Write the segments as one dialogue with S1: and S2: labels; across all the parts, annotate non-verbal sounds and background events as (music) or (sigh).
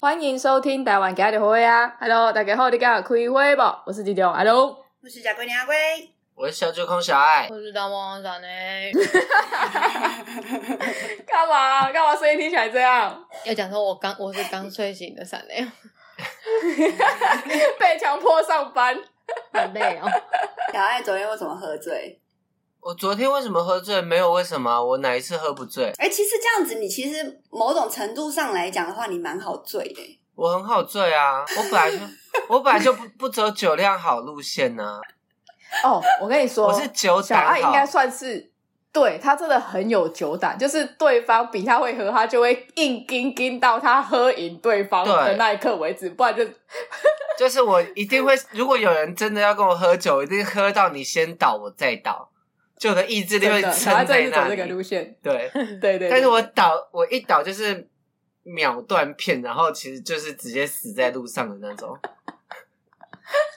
S1: 欢迎收听台湾家的会啊！Hello，大家好，你敢有开会不？我是弟弟，Hello，
S2: 我是假龟娘龟，
S3: 我是小酒空小爱，
S4: 我是大魔王 (laughs) 闪雷。
S1: 干嘛？干嘛声音听起来这样？
S4: 要讲说我刚我是刚睡醒的闪雷，
S1: (laughs) 被强迫上班，
S4: 好累哦。
S2: 小爱昨天为什么喝醉？
S3: 我昨天为什么喝醉？没有为什么啊，我哪一次喝不醉？
S2: 哎、其实这样子，你其实某种程度上来讲的话，你蛮好醉的。
S3: 我很好醉啊，我
S1: (laughs)
S3: 本来就我本来就不不走酒量好路线呢、
S1: 哦，我跟你说，
S3: 我是酒
S1: 小
S3: 胆好。
S1: 爱应该算是，对他真的很有酒胆，就是对方比他会喝，他就会硬盯盯到他喝赢对方
S3: 对
S1: 的那一刻为止，不然就
S3: 就是我一定会，如果有人真的要跟我喝酒，我一定喝到你先倒，我再倒，就我的意志力
S1: 真
S3: 会
S1: 的。
S3: 撑
S1: 小爱
S3: 在
S1: 真的是
S3: 那
S1: 走这个
S3: 里。
S1: 路线， (laughs)
S3: 对，
S1: 对对对。
S3: 但是我倒，我一倒就是秒断片，然后其实就是直接死在路上的那种。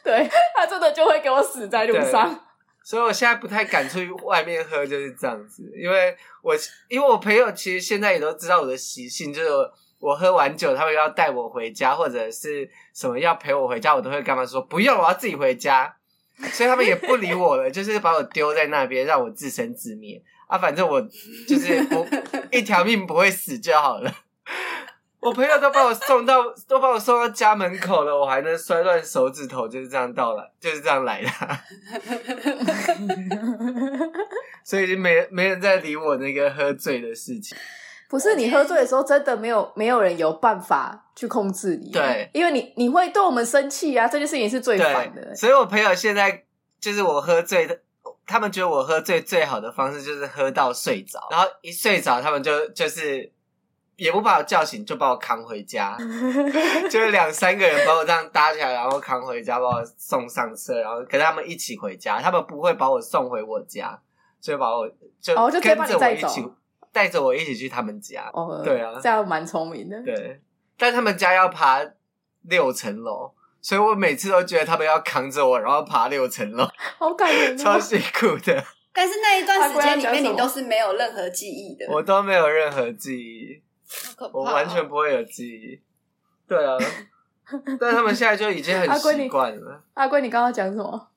S1: 对他真的就会给我死在路上。
S3: 所以我现在不太敢出去外面喝，就是这样子，因为我因为我朋友其实现在也都知道我的习性，就是我我喝完酒，他们要带我回家，或者是什么要陪我回家，我都会干嘛说不用，我要自己回家，所以他们也不理我了，就是把我丢在那边，让我自生自灭啊，反正我就是不一条命不会死就好了。我朋友都把我送到，都把我送到家门口了，我还能摔断手指头，就是这样到了，就是这样来的。所以就没没人在理我那个喝醉的事情。
S1: 不是你喝醉的时候，真的没有没有人有办法去控制你，啊
S3: 对，
S1: 因为你你会对我们生气啊，这件事情是最烦的
S3: 对，。所以我朋友现在就是我喝醉的，他们觉得我喝醉最好的方式就是喝到睡着，然后一睡着他们就就是也不把我叫醒，就把我扛回
S1: (laughs)
S3: 家，就是两三个人把我这样搭起来，然后扛回家，把我送上车，然后跟他们一起回家，他们不会把我送回我家，就把我就
S1: 哦就直接
S3: 跟
S1: 把你
S3: 着我
S1: 载
S3: 一起
S1: 走
S3: 带着我一起去他们家，
S1: 哦，
S3: 对啊
S1: 这样蛮聪明的。
S3: 对，但他们家要爬六层楼，所以我每次都觉得他们要扛着我，然后爬六层
S2: (laughs)
S3: 楼，
S1: 好感人
S3: 超
S1: 哦！
S3: 辛苦的，
S2: 但是那一段时间
S1: 他
S2: 里
S1: 不然讲
S2: 面，
S1: 什么
S2: 你都是没有任何记忆的。
S3: 我都没有任何记忆，
S4: 好可怕哦、
S3: 我完全不会有记忆。对
S2: (laughs)
S3: 啊，但他们现在就已经很
S1: 阿龟你
S3: 习惯了。
S1: 阿龟，你刚刚讲什么？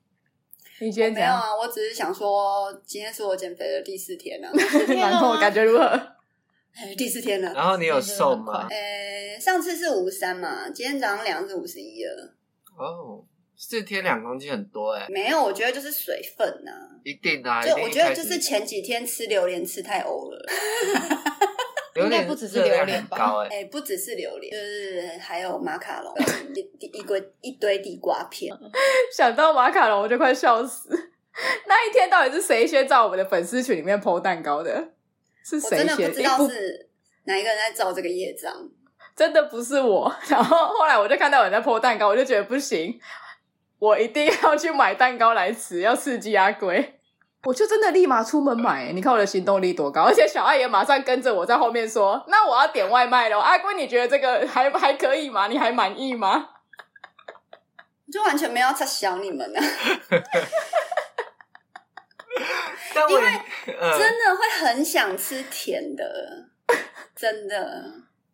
S1: 你今天
S2: 没
S1: 怎
S2: 有
S1: 样？
S2: 啊，我只是想说，今天是我减肥的第四天哦了、
S4: 没有
S1: (laughs)
S4: 啊
S1: 馒头感觉如何？ (laughs)
S2: 哎 (laughs) 第四天了。
S3: 然后你有瘦吗
S4: 真的很？
S2: 呃，上次是五三嘛，今天早上量是五十一了。
S3: 哦，四天两公斤很多哎、
S2: 没有，我觉得就是水分呐、
S3: 一定啊，
S2: 就
S3: 一定
S2: 我
S3: 一
S2: 觉得
S3: 开
S2: 就
S3: 始
S2: 是前几天吃榴莲吃太欧了。
S3: 榴
S4: 应
S3: 莲
S4: 该不只是
S3: 热量
S4: 榴莲
S3: 很
S4: 吧
S3: 高哎、
S2: 哎、不只是榴莲，就是还有马卡
S3: (laughs)
S2: 龙，一一一堆一堆地瓜片。
S1: 想到马卡龙，我就快笑死。那一天到底是谁先在我们的粉丝群里面剖蛋糕的？是
S2: 我
S1: 谁
S2: 真的
S1: 先？
S2: 不知
S1: 诶
S2: 道
S1: 不
S2: 是哪一个人在照这个业障。
S1: 真的不是我。 (laughs) 然后后来我就看到有人在剖蛋糕，我就觉得不行，我一定要去买蛋糕来吃，要刺激阿龟。我就真的立马出门买、你看我的行动力多高！而且小爱也马上跟着我在后面说：“那我要点外卖了。”阿龟，你觉得这个还还可以吗？你还满意吗？
S2: 就完全没有要插小你们啊！
S3: 但我
S2: 因为
S3: 嗯
S2: 真的会很想吃甜的，真的。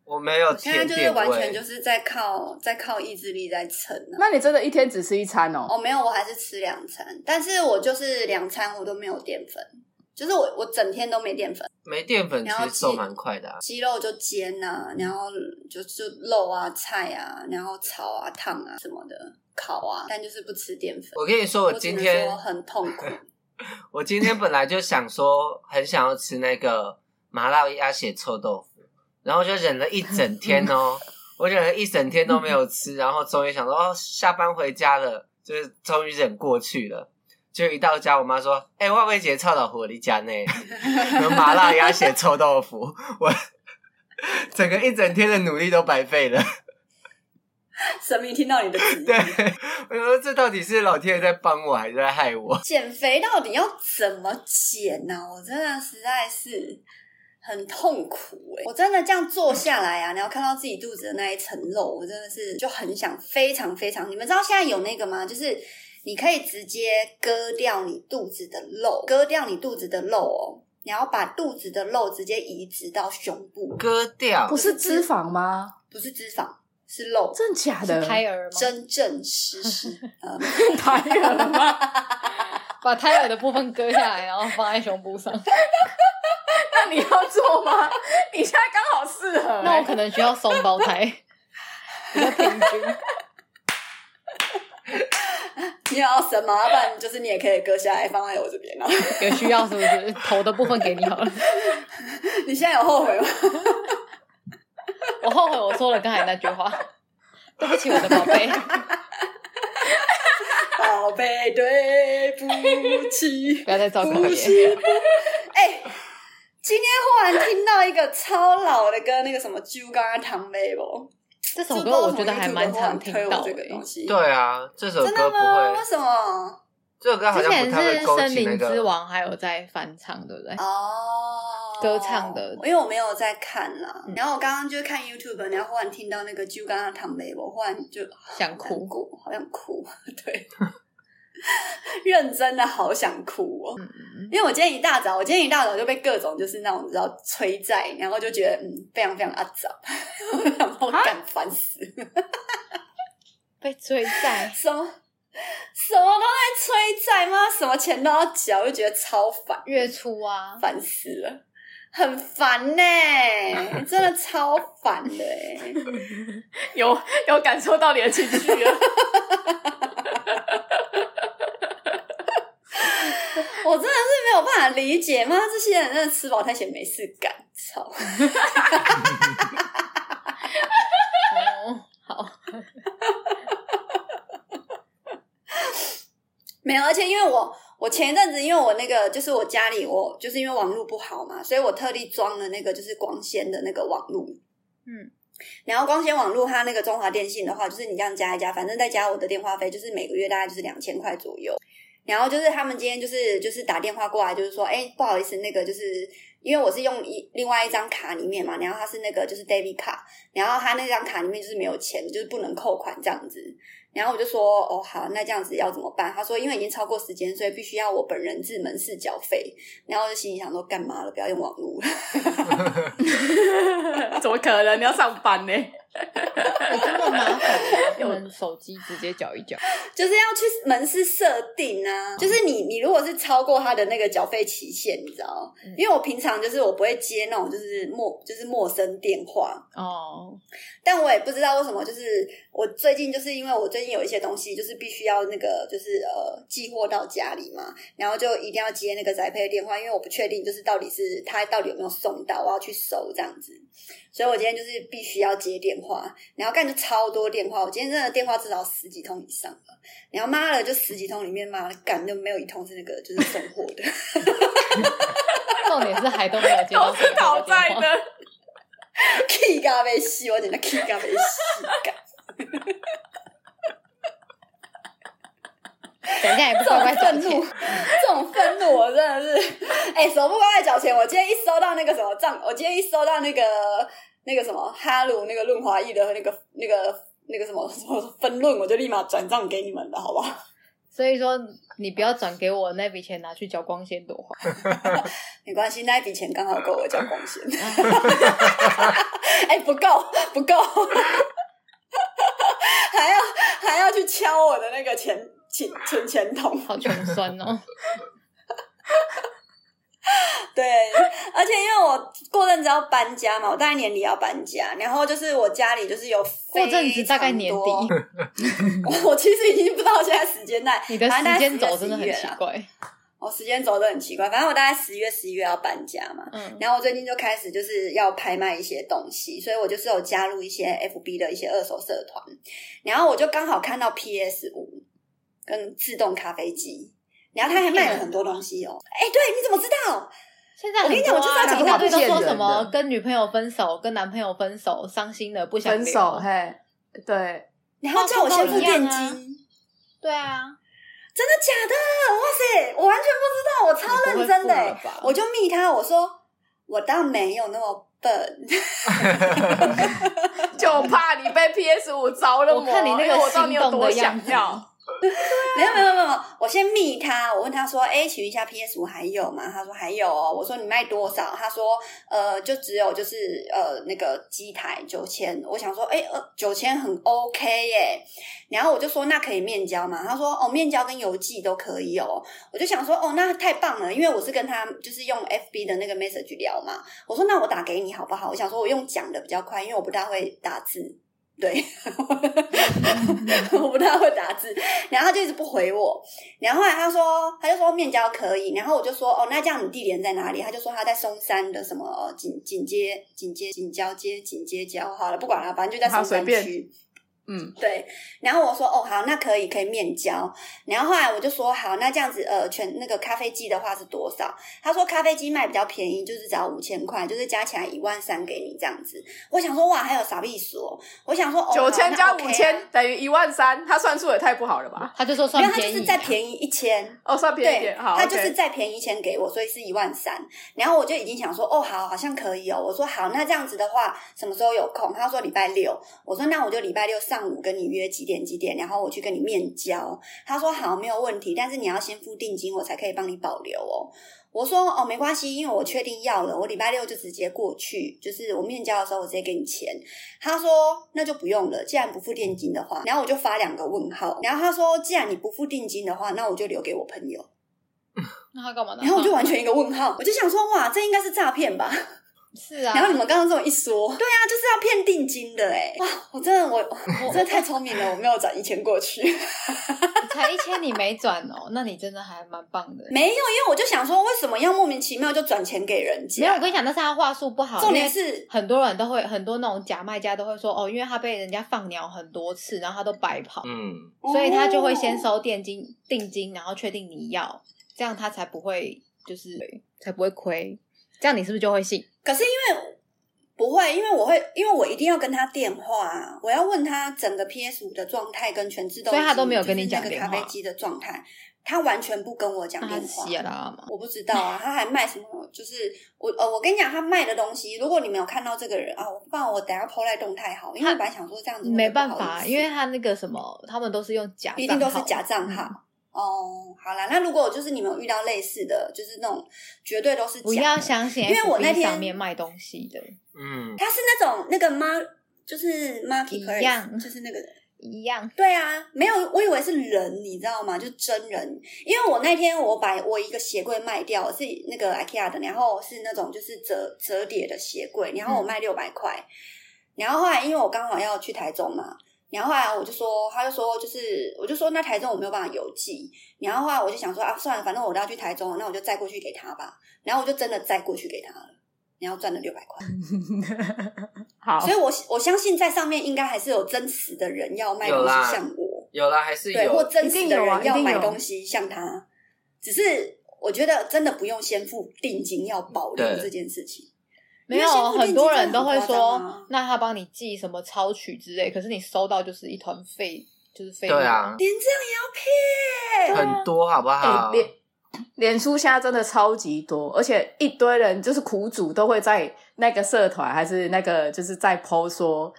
S3: 我没有
S2: 我现在
S3: 甜
S2: 就是
S3: 点
S2: 完全
S3: 味，
S2: 就是在靠在靠意志力在撑啊。
S1: 那你真的一天只吃一餐哦？
S2: 哦，没有，我还是吃两餐，但是我就是两餐我都没有淀粉，就是我我整天都没淀粉，
S3: 没淀粉其
S2: 然后
S3: 实
S2: 鸡
S3: 瘦蛮快的啊。
S2: 鸡肉就煎啊，然后就就肉啊、菜啊，然后炒啊、烫啊什么的，烤啊，但就是不吃淀粉。
S3: 我跟你说，
S2: 我
S3: 我今
S2: 只能
S3: 天
S2: 说很痛苦，
S3: 我今天本来就想说，很想要吃那个麻辣鸭血臭豆腐，然后就忍了一整天哦，我忍了一整天都没有吃，然后终于想说，哦，下班回家了，就是终于忍过去了。就一到家，我妈说：“哎、欸，外卖姐臭豆腐你家呢？有麻辣鸭血臭豆腐，我整个一整天的努力都白费了。” (laughs)
S2: 神明听到你的指
S3: 对 (laughs)
S2: 引。，
S3: 我想说这到底是老天爷在帮我，还是在害我？
S2: 减肥到底要怎么减呢、我真的实在是很痛苦哎、我真的这样坐下来啊，然后看到自己肚子的那一层肉，我真的是就很想非常非常。你们知道现在有那个吗？就是你可以直接割掉你肚子的肉，割掉你肚子的肉哦，然后把肚子的肉直接移植到胸部，
S3: 割掉
S1: 不是脂肪吗？
S2: 不是脂肪，是肉，
S1: 真假的
S4: 是？胎儿吗？
S2: 真正实施。呃，
S1: 胎儿吗？
S4: 把胎儿的部分割下来，然后放在胸部上。
S1: (laughs) 那你要做吗？你现在刚好适合欸、
S4: (laughs) 那我可能需要双胞胎， (laughs) 比较平均。
S2: 你要什么？要不然就是你也可以割下来放在我这边啊。
S4: 有需要是不是？头的部分给你好了。
S2: 你现在有后悔吗？
S4: (laughs) 我后悔我说了刚才那句话， (laughs) 对不起我的宝 (laughs) 贝。
S2: 宝贝，对不起，
S4: 不要再造口
S2: 不
S4: 业。
S2: 是不， (laughs) 哎、今天忽然听到一个超老的歌，那个什么《猪刚刚糖妹》不？
S4: 这首
S2: 就不知
S4: 歌
S2: 道
S4: 我觉得
S2: 从
S4: 还
S2: YouTube
S4: 蛮
S2: 忽然
S4: 常听
S2: 推我
S4: 到
S2: 这
S4: 的欸
S2: 个。东西。
S3: 对啊，这首
S2: 真的
S3: 歌不
S2: 吗？
S3: 会
S2: 为，
S4: (laughs)
S2: 什么？
S3: 这首歌好
S4: 之
S3: 像
S4: 前
S3: 不太
S4: 是
S3: 会
S4: 《
S3: 勾
S4: 森
S3: 起那
S4: 林
S3: 个
S4: 之王》还有在翻唱，对不对？
S2: 哦，
S4: 歌唱的嗯
S2: 因为我没有在看啦。然后我刚刚就是看 YouTube，然后忽然听到那个《就刚刚糖妹》，我忽然就
S4: 想
S2: 好难
S4: 哭。
S2: 过，好想哭， (laughs) 对，认真的好想哭哦。因为我今天一大早，我今天一大早就被各种就是那种你知道催债，然后就觉得嗯非常非常阿杂， (laughs) 然后干烦死，
S4: 被追债，
S2: 什么什么都在催债吗？什么钱都要缴，就觉得超烦，
S4: 月初啊，
S2: 烦死了，很烦呢、真的超烦的哎、
S1: 有有感受到你的情绪了。
S2: 我真的是没有办法理解，妈，这些人真的吃饱太闲没事干，操！
S4: 哦，好，
S2: 没有，而且因为我我前一阵子因为我那个就是我家里我就是因为网络不好嘛，所以我特地装了那个就是光纤的那个网络。
S4: 嗯，
S2: 然后光纤网络它那个中华电信的话，就是你这样加一加，反正再加我的电话费，就是每个月大概就是两千块左右。然后就是他们今天就是就是打电话过来，就是说，哎，不好意思，那个就是因为我是用一另外一张卡里面嘛，然后它是那个就是 debit 卡，然后它那张卡里面就是没有钱，就是不能扣款这样子。然后我就说，哦，好，那这样子要怎么办？他说，因为已经超过时间，所以必须要我本人自门市缴费。然后我就心里想说，干嘛了？不要用网络了。
S1: (laughs)
S2: (laughs)
S1: 怎么可能？你要上班呢？
S4: (laughs) 我真的麻烦， (laughs) 我们手机直接搅一搅。
S2: 就是要去门市设定啊。就是你，你如果是超过他的那个缴费期限，你知道？
S4: 嗯
S2: 因为我平常就是我不会接那种就是陌就是陌生电话，
S4: 哦，
S2: 但我也不知道为什么，就是我最近就是因为我最近有一些东西就是必须要那个就是呃寄货到家里嘛，然后就一定要接那个宅配的电话，因为我不确定就是到底是他到底有没有送到，我要去收这样子。所以我今天就是必须要接电话，然后干就超多电话，我今天真的电话至少十几通以上了，然后妈了就十几通里面妈的干就没有一通是那个就是送货的。 (laughs)
S4: 重点是还都没有
S2: (laughs)
S4: 接到
S1: 都是讨
S4: 这个
S1: 债
S4: 电话
S1: 的。
S2: 气咖被吸，我真的气咖被吸干。
S4: 等一下也不
S2: 这种
S4: 乖乖
S2: 愤
S4: 缴
S2: 怒，
S4: 钱，
S2: (laughs) 这种愤怒，我真的是，哎、手不乖乖缴钱。我今天一收到那个什么账，我今天一收到那个那个什么哈鲁那个润滑液的那个那个那个什么什么分论，我就立马转账给你们了，好不好？ (laughs)
S4: 所以说你不要转给我那笔钱，拿去缴光纤多好。
S2: 没关系，那一笔钱刚好够我交光纤。
S4: 啊
S2: (laughs) 哎、不够，不够， (laughs) 还要还要去敲我的那个钱钱钱钱筒。
S4: 好穷酸哦！
S2: (laughs) 对，而且因为我过阵子要搬家嘛，我大概年底要搬家，然后就是我家里就是有
S4: 过阵子大概
S2: 非
S4: 年
S2: 常
S4: 底，
S2: 多 (laughs) 我我其实已经不知道现在时间带，
S4: (laughs) 你的
S2: 反
S4: 时
S2: 正大概
S4: 间轴
S2: 10
S4: 真的很
S2: 月
S4: 奇
S2: 啦
S4: 怪。
S2: 我时间轴都很奇怪，反正我大概十月、十一月要搬家嘛。
S4: 嗯，
S2: 然后我最近就开始就是要拍卖一些东西，所以我就是有加入一些 FB 的一些二手社团，然后我就刚好看到 PS 五跟自动咖啡机，然后他还卖了很多东西哦。哎，对，你怎么知道？
S4: 现在
S2: 我跟你讲
S4: 很多
S2: 我
S4: 啊
S2: 就是要讲
S4: 一大堆
S1: 这
S4: 都
S1: 种
S4: 说
S1: 骗
S4: 什
S1: 人
S4: 么
S1: 的
S4: 跟女朋友分手、跟男朋友分手、伤心的不想
S1: 分
S4: 聊
S1: 手，嘿，对，
S2: 然后叫我先付
S4: 包
S2: 定
S4: 包一样
S2: 金，
S4: 啊对啊，
S2: 真的假的？哇塞，我完全不知道，我超认真的
S4: 你
S2: 欸、
S4: 不会哎付了吧
S2: 我就密他，我说我倒没有那么笨， (laughs)
S1: 就怕你被 PS 五着了魔。
S4: 我看你那个
S1: 因为我知道你有
S4: 心动
S1: 多
S4: 的样
S1: 想
S4: 子
S1: 要，
S2: 没有没有没有，没有我先密他，我问他说，哎，请问一下 PS 五还有吗？他说还有哦。我说你卖多少？他说，呃，就只有就是呃那个机台九千。我想说，哎，呃九千很 OK 耶。然后我就说那可以面交吗？他说哦，面交跟邮寄都可以哦。我就想说哦，那太棒了，因为我是跟他就是用 FB 的那个 message 聊嘛。我说那我打给你好不好？我想说我用讲的比较快，因为我不大会打字。对， (laughs) 我不大会打字，然后他就一直不回我。然后后来他说，他就说面交可以，然后我就说哦，那这样你地点在哪里？他就说他在松山的什么呃锦锦街、锦街、锦交街、锦街交，好了，不管了，反正就在
S1: 好
S2: 松
S1: 随
S2: 山
S1: 便
S2: 区。
S1: 嗯，
S2: 对，然后我说哦好，那可以可以面交。然后后来我就说好，那这样子呃，全那个咖啡机的话是多少？他说咖啡机卖比较便宜，就是只要五千块，就是加起来一万三给你这样子。我想说哇，还有傻逼锁，我想说哦
S1: 九千加
S2: 好
S1: 五
S2: 那 OK 啊
S1: 千等于一万三，他算数也太不好了吧？
S4: 他就说
S2: 没
S4: 算
S2: 有，他就
S4: 便
S2: 是
S4: 宜
S2: 再，便宜一千。
S1: 哦，算便宜一
S2: 对
S1: 点，，好，
S2: 他就是
S1: ，OK
S2: 再便宜一千给我，所以是一万三。然后我就已经想说，哦，好，好像可以哦。我说好，那这样子的话，什么时候有空？他说礼拜六。我说那我就礼拜六上午跟你约几点几点，然后我去跟你面交。他说好，没有问题，但是你要先付定金，我才可以帮你保留哦。我说哦，没关系，因为我确定要了，我礼拜六就直接过去，就是我面交的时候我直接给你钱。他说那就不用了，既然不付定金的话，然后我就发两个问号。然后他说既然你不付定金的话，那我就留给我朋友。
S4: 那他干嘛呢？
S2: 然后我就完全一个问号，我就想说，哇，这应该是诈骗吧？
S4: 是啊，
S2: 然后你们刚刚这么一说，对啊，就是要骗定金的哎、哇，我真的我我真的太聪明了，我没有转一千过去， (laughs)
S4: 才一千你没转哦，那你真的还蛮棒的。
S2: (laughs) 没有，因为我就想说，为什么要莫名其妙就转钱给人
S4: 没有，我
S2: 家？
S4: 跟你讲，但是他话术不好，
S2: 啊重点
S4: 因为
S2: 是
S4: 很多人都会，很多那种假卖家都会说哦，因为他被人家放鸟很多次，然后他都白跑，
S3: 嗯，
S4: 所以他就会
S2: 哦
S4: 先收定金，定金，然后确定你要，这样他才不会就是才不会亏。这样你是不是就会信？
S2: 可是因为不会，因为我会，因为我一定要跟他电话、啊，我要问他整个 PS 五的状态跟全自动机，
S4: 所以他都没有跟你
S2: 就是那
S4: 讲
S2: 个
S4: 电
S2: 咖
S4: 话
S2: 啡机的状态，他完全不跟我讲
S4: 那他
S2: 电
S4: 是啊
S2: 话。
S4: 写啦嘛？
S2: 我不知道啊，他还卖什么？就是我呃，我跟你讲，他卖的东西，如果你没有看到这个人啊，我不然我等下抛来动态好，因为我本来想说这样子
S4: 没办
S2: 会不好
S4: 法，
S2: 意思
S4: 因为他那个什么，他们都是用假，嗯
S2: 毕竟都是假账号。。哦，好啦，那如果就是你们有遇到类似的，就是那种绝对都是
S4: 不
S2: 假
S4: 要
S2: 的，
S4: 相信，
S2: 因为我那天
S4: 上面卖东西的
S3: 嗯，
S2: 他是那种那个妈，就是 marketplace，
S4: 一样
S2: 就是那个
S4: 一样，
S2: 对啊，没有，我以为是人，你知道吗？就真人，因为我那天我把我一个鞋柜卖掉，是那个 IKEA 的，然后是那种就是折折叠的鞋柜，然
S3: 嗯
S2: 后我卖六百块，然后后来因为我刚好要去台中嘛，然后后来我就说，他就说就是我就说那台中我没有办法邮寄，然后后来我就想说啊，算了，反正我都要去台中了，那我就再过去给他吧，然后我就真的再过去给他了。然后赚了六百块，
S1: 好，
S2: 所以我我相信在上面应该还是有真实的人要卖东
S3: 有
S2: 西
S3: 啦
S2: 像我，
S3: 有啦，还是
S2: 对，或
S3: 有，
S2: 真实的
S1: 一
S2: 人
S1: 定有啊
S2: 要
S1: 一定
S2: 买
S1: 有
S2: 东西像他，只是我觉得真的不用先付定金要保留
S3: 对
S2: 这件事情。
S4: 没有
S2: 因为现在
S4: 很多人
S2: 电竞真的
S4: 都会
S2: 很夸张啊
S4: 说，那他帮你寄什么超取之类，可是你收到就是一团废，就是废物。
S3: 对，啊，
S2: 连这样也要骗？
S3: 很多好不
S1: 哎
S3: 好？
S1: 脸脸书现在真的超级多，而且一堆人就是苦主都会在那个社团还是那个就是在 PO 说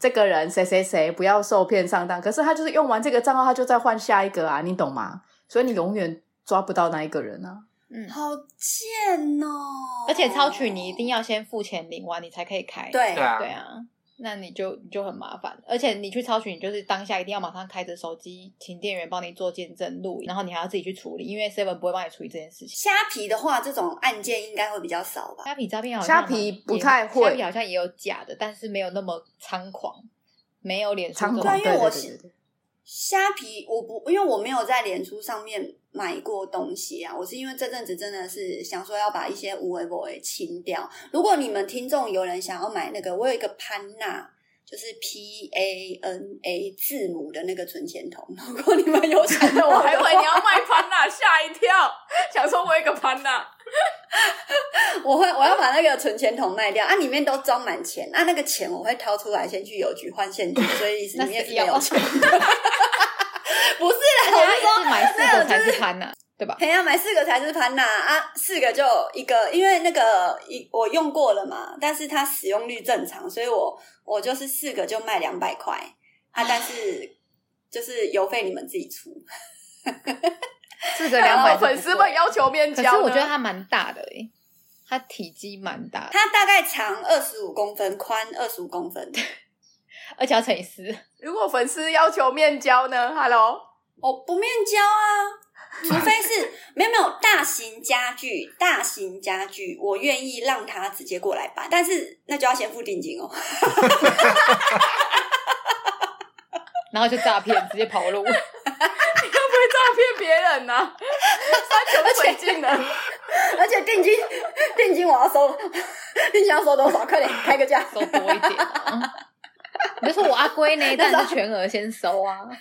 S1: 这个人谁谁谁不要受骗上当，可是他就是用完这个账号，他就再换下一个啊，你懂吗？所以你永远抓不到那一个人啊。
S4: 嗯，
S2: 好贱哦！
S4: 而且超取你一定要先付钱领完，你才可以开。
S2: 对
S3: 对啊，
S4: 对啊，那你就你就很麻烦，而且你去超取，你就是当下一定要马上开着手机，请店员帮你做见证录影，然后你还要自己去处理，因为 Seven 不会帮你处理这件事情。
S2: 虾皮的话，这种案件应该会比较少吧？
S4: 虾皮诈骗好
S1: 虾
S4: 像
S1: 皮
S4: 蛮
S1: 不
S4: 也
S1: 太会
S4: 虾皮好像也有假的，但是没有那么猖狂，没有脸书这
S1: 猖
S4: 么
S1: 狂，
S2: 对
S1: 对
S2: 啊因为我
S1: 对对对对
S2: 虾皮我不，因为我没有在脸书上面买过东西啊，我是因为这阵子真的是想说要把一些无为不为清掉。如果你们听众有人想要买那个，我有一个潘娜。就是 P A N A 字母的那个存钱筒， (laughs) 如果你们有想
S1: (laughs)
S2: 要
S1: 我还以
S2: 的话
S1: 为你要卖潘娜，吓一跳，想说我有一个潘娜。
S2: 我会我要把那个存钱筒卖掉啊，里面都装满钱啊，那个钱我会掏出来先去邮局换现金，
S1: (laughs)
S2: 所以里面是没有钱的。不是啦，
S4: 而且
S2: 我
S4: 他
S2: 是
S4: 一
S2: 说
S4: 次买 (laughs) 四个才是潘呐、对吧？
S2: 哎呀，买四个才是潘娜啊，四个就一个，因为那个一我用过了嘛，但是它使用率正常，所以我我就是四个就卖两百块啊，但是就是邮费你们自己出。
S4: 四个
S1: 然
S4: 两百
S1: 后，呃粉丝们要求面
S4: 可
S1: 交
S4: 是
S1: 呢，
S4: 我觉得它蛮大的诶、它体积蛮大的，
S2: 它大概长二十五公分，宽二十五公分。
S4: 而且要乘以四，
S1: 如果粉丝要求面交呢，Hello，
S2: 哦，不面交啊，除非是没有没有大型家具，大型家具我愿意让他直接过来搬，但是那就要先付定金哦。
S4: 然后就诈骗，直接跑路。 (laughs)
S1: 你会不会诈骗别人啊呢、三穷水尽了，
S2: 而且定金，定金我要收，定金要收多少？快点开个价。
S4: 收多一点、啊。你就说我阿龟那
S2: (laughs)
S4: 一
S2: 那时
S4: 蛋
S2: 候
S4: 是全额先收啊，
S2: (laughs)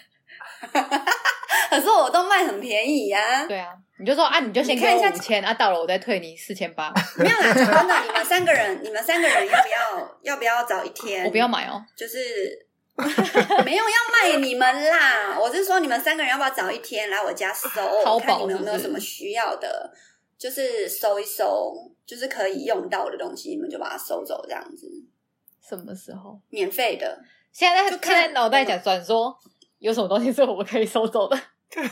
S2: 可是我都卖很便宜呀、啊，
S4: 对啊，你就说啊，你就先
S2: 你
S4: 给
S2: 看一
S4: 我
S2: 下
S4: 五千，啊，到了我再退你四
S2: (laughs)
S4: 千八，
S2: 没有啦，讲真的，你们三个人，你们三个人要不要，要不要找一天？
S4: 我不要，买哦。
S2: 就是没有要卖你们啦。我是说，你们三个人要不要找一天来我家收？
S4: 淘宝
S2: 我看你们有没有
S4: 是
S2: 什
S4: 不是
S2: 么需要的，就是收一收，就是可以用到的东西，你们就把它收走，这样子，
S4: 什么时候？
S2: 免费的。
S4: 现在
S2: 就
S4: 现
S2: 看
S4: 在脑袋讲转说，有什么东西是我们可以收走的？
S2: 我有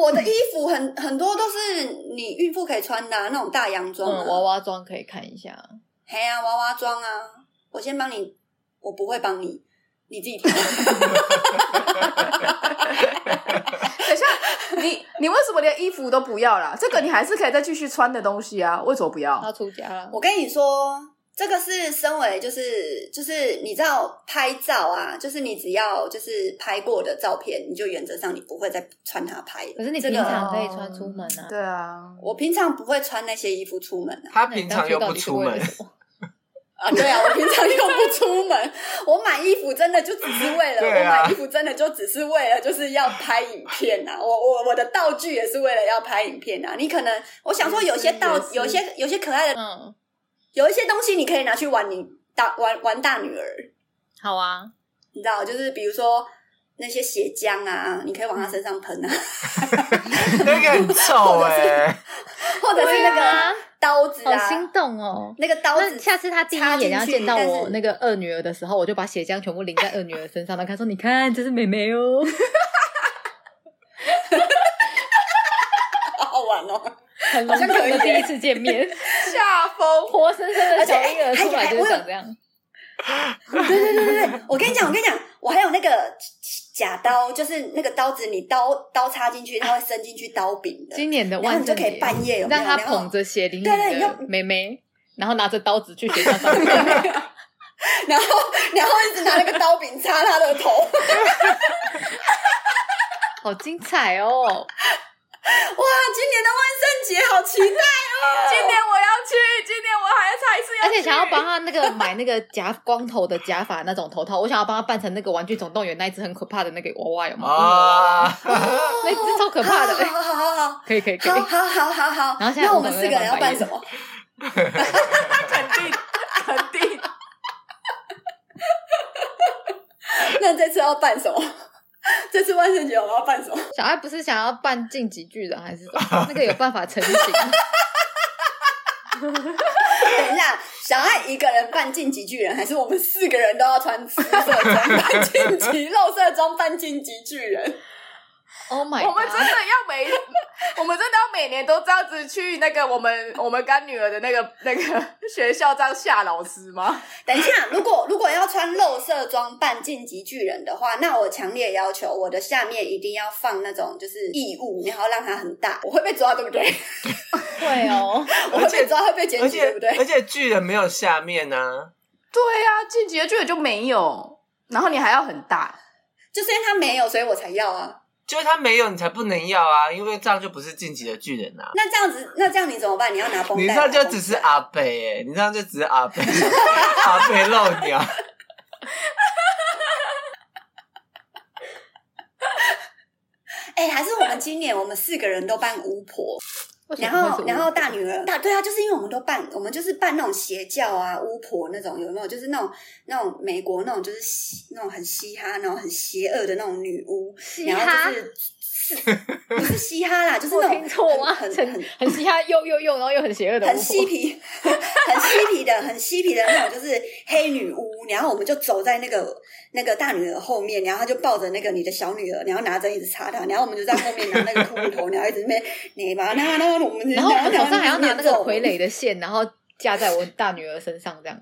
S2: 我的衣服很很多都是你孕妇可以穿的啊、那种大洋装、啊
S4: 嗯，娃娃装可以看一下。
S2: 嘿啊，娃娃装啊，我先帮你，我不会帮你，你自己挑。 (laughs)
S1: 等一下，你你为什么连衣服都不要啦？这个你还是可以再继续穿的东西啊，为什么不要？
S4: 他出家了，
S2: 我跟你说，这个是身为就是就是你知道拍照啊，就是你只要就是拍过的照片，你就原则上你不会再穿它拍。
S4: 可是你
S2: 这
S4: 平
S2: 个
S4: 常可以穿出门啊。
S1: 对啊，
S2: 我平常不会穿那些衣服出门啊。
S3: 他
S4: 那
S3: 平
S4: 你
S3: 常
S4: 当
S3: 又
S4: 初到
S3: 不
S4: 底是
S3: 出
S4: 为了
S3: 门，
S4: 什么？
S2: 啊，对啊，我平常又不出门，我买衣服真的就只是为了，
S3: 对
S2: 我
S3: 啊
S2: 买衣服真的就只是为了就是要拍影片呐、啊。我我我的道具也是为了要拍影片呐、啊。你可能我想说，有些道
S1: 也是，
S2: 有些有些可爱的，
S4: 嗯，
S2: 有一些东西你可以拿去玩你大玩玩大女儿，
S4: 好啊，
S2: 你知道，就是比如说那些血浆啊，你可以往她身上喷啊，
S3: (laughs) 那个很臭哎、
S2: 或者是那
S4: 对啊
S2: 个刀子
S4: 好
S2: 啊，
S4: 心动哦。
S2: 那个刀
S4: 那
S2: 子。
S4: 下次他第一眼要见到
S2: 插进去但
S4: 我
S2: 是
S4: 那个二女儿的时候，我就把血浆全部淋在二女儿身上，然后跟他说：“你看，这是妹妹
S2: (laughs)
S4: 哦。
S2: 好好玩哦！”
S4: 很隆重的第一次见面，
S1: 下风，
S4: 活生
S2: (laughs)
S4: 生的小婴儿出
S2: 哎
S4: 来就是长这样。
S2: 对对对对对，我跟你讲，我跟你讲，我还有那个假刀，就是那个刀子，你刀刀插进去，它会伸进去刀柄的。
S4: 今年的
S2: 然后
S4: 万
S2: 你
S4: 圣
S2: 就可
S4: 节
S2: 以，半夜有没有
S4: 让他捧，着血淋淋
S2: 对对
S4: 的
S2: 用
S4: 妹妹，然后拿着刀子去学校上课。
S2: 然后然后一直拿那个刀柄插他的头，哇，
S4: (laughs) 好精彩哦！
S2: 今年的万圣节好期待！
S1: 今年我要去，今年我还还是要去，
S4: 而且想要帮他那个买那个假光头的假发那种头套，我想要帮他扮成那个《玩具总动员》那一只很可怕的那个娃娃，有吗？
S3: 啊，
S4: 那只超可怕
S2: (laughs)
S4: 的。
S2: 好好好好好
S4: 可以可以可以
S2: 好，好好好好。
S4: 然后现在
S2: 那我
S4: 我们
S2: 们四个人要
S4: 在
S2: 办
S4: 忙
S2: 什么？
S1: 肯定肯定，
S2: 那这次要办什么？这次万圣节我们要办什么？
S4: 小爱不是想要扮晋级巨人还是什么那个有办法成型？
S2: 等一下，小爱一个人扮晋级巨人，还是我们四个人都要穿紫色装扮晋级、肉色装扮晋级巨人？
S4: Oh my！
S1: 我们真
S4: God
S1: 的要每，我们真的要每年都这样子去那个我们我们干女儿的那个那个学校这样吓老师吗？
S2: (laughs) 等一下，如果如果要穿肉色装扮晋级巨人的话，那我强烈要求我的下面一定要放那种就是异物，然后让它很大，我会被抓，对不对？ (laughs)
S4: 会哦，
S2: 我会被抓，会被检
S3: 而
S2: 举，
S3: 且
S2: 对不对
S3: 而？且巨人没有下面呢、
S1: 对呀、啊，进阶剧就没有，然后你还要很大，
S2: 就是因为他没有，所以我才要啊。
S3: 就是他没有你才不能要啊，因为这样就不是晋级的巨人啊。
S2: 那这样子，那这样你怎么办？你要拿绷带？
S3: 你这样就只是阿北哎、你这样就只是阿北， (laughs) 阿北漏鸟。
S2: 哎、还是我们今年我们四个人都扮巫婆，
S4: 为什
S2: 然
S4: 么会
S2: 后
S4: 是，巫
S2: 然后大女儿大对啊，就是因为我们都办，我们就是办那种邪教啊、巫婆那种，有没有？就是那种那种美国那种，就是嘻那种很嘻哈，然后很邪恶的那种女巫，
S5: 嘻
S2: 然
S5: 哈
S2: 后就是是 (laughs) 不是嘻哈啦，就是那
S5: 我
S2: 种
S5: 听错吗
S2: 很很
S4: 很
S2: 很
S4: 很嘻哈又又又，然后又很邪恶的巫
S2: 很
S4: 婆
S2: 嬉皮、 (laughs) 很嬉皮的、很嬉皮的那种，就是黑女巫。然后我们就走在那个那个大女儿后面，然后她就抱着那个你的小女儿，然后拿着一直插她，然后我们就在后面拿那个骷髅头，然后一直那边你把那那我们，
S4: 然后我们手上还要拿那个傀
S2: 傀儡。
S4: 儡的线，然后架在我大女儿身上，这样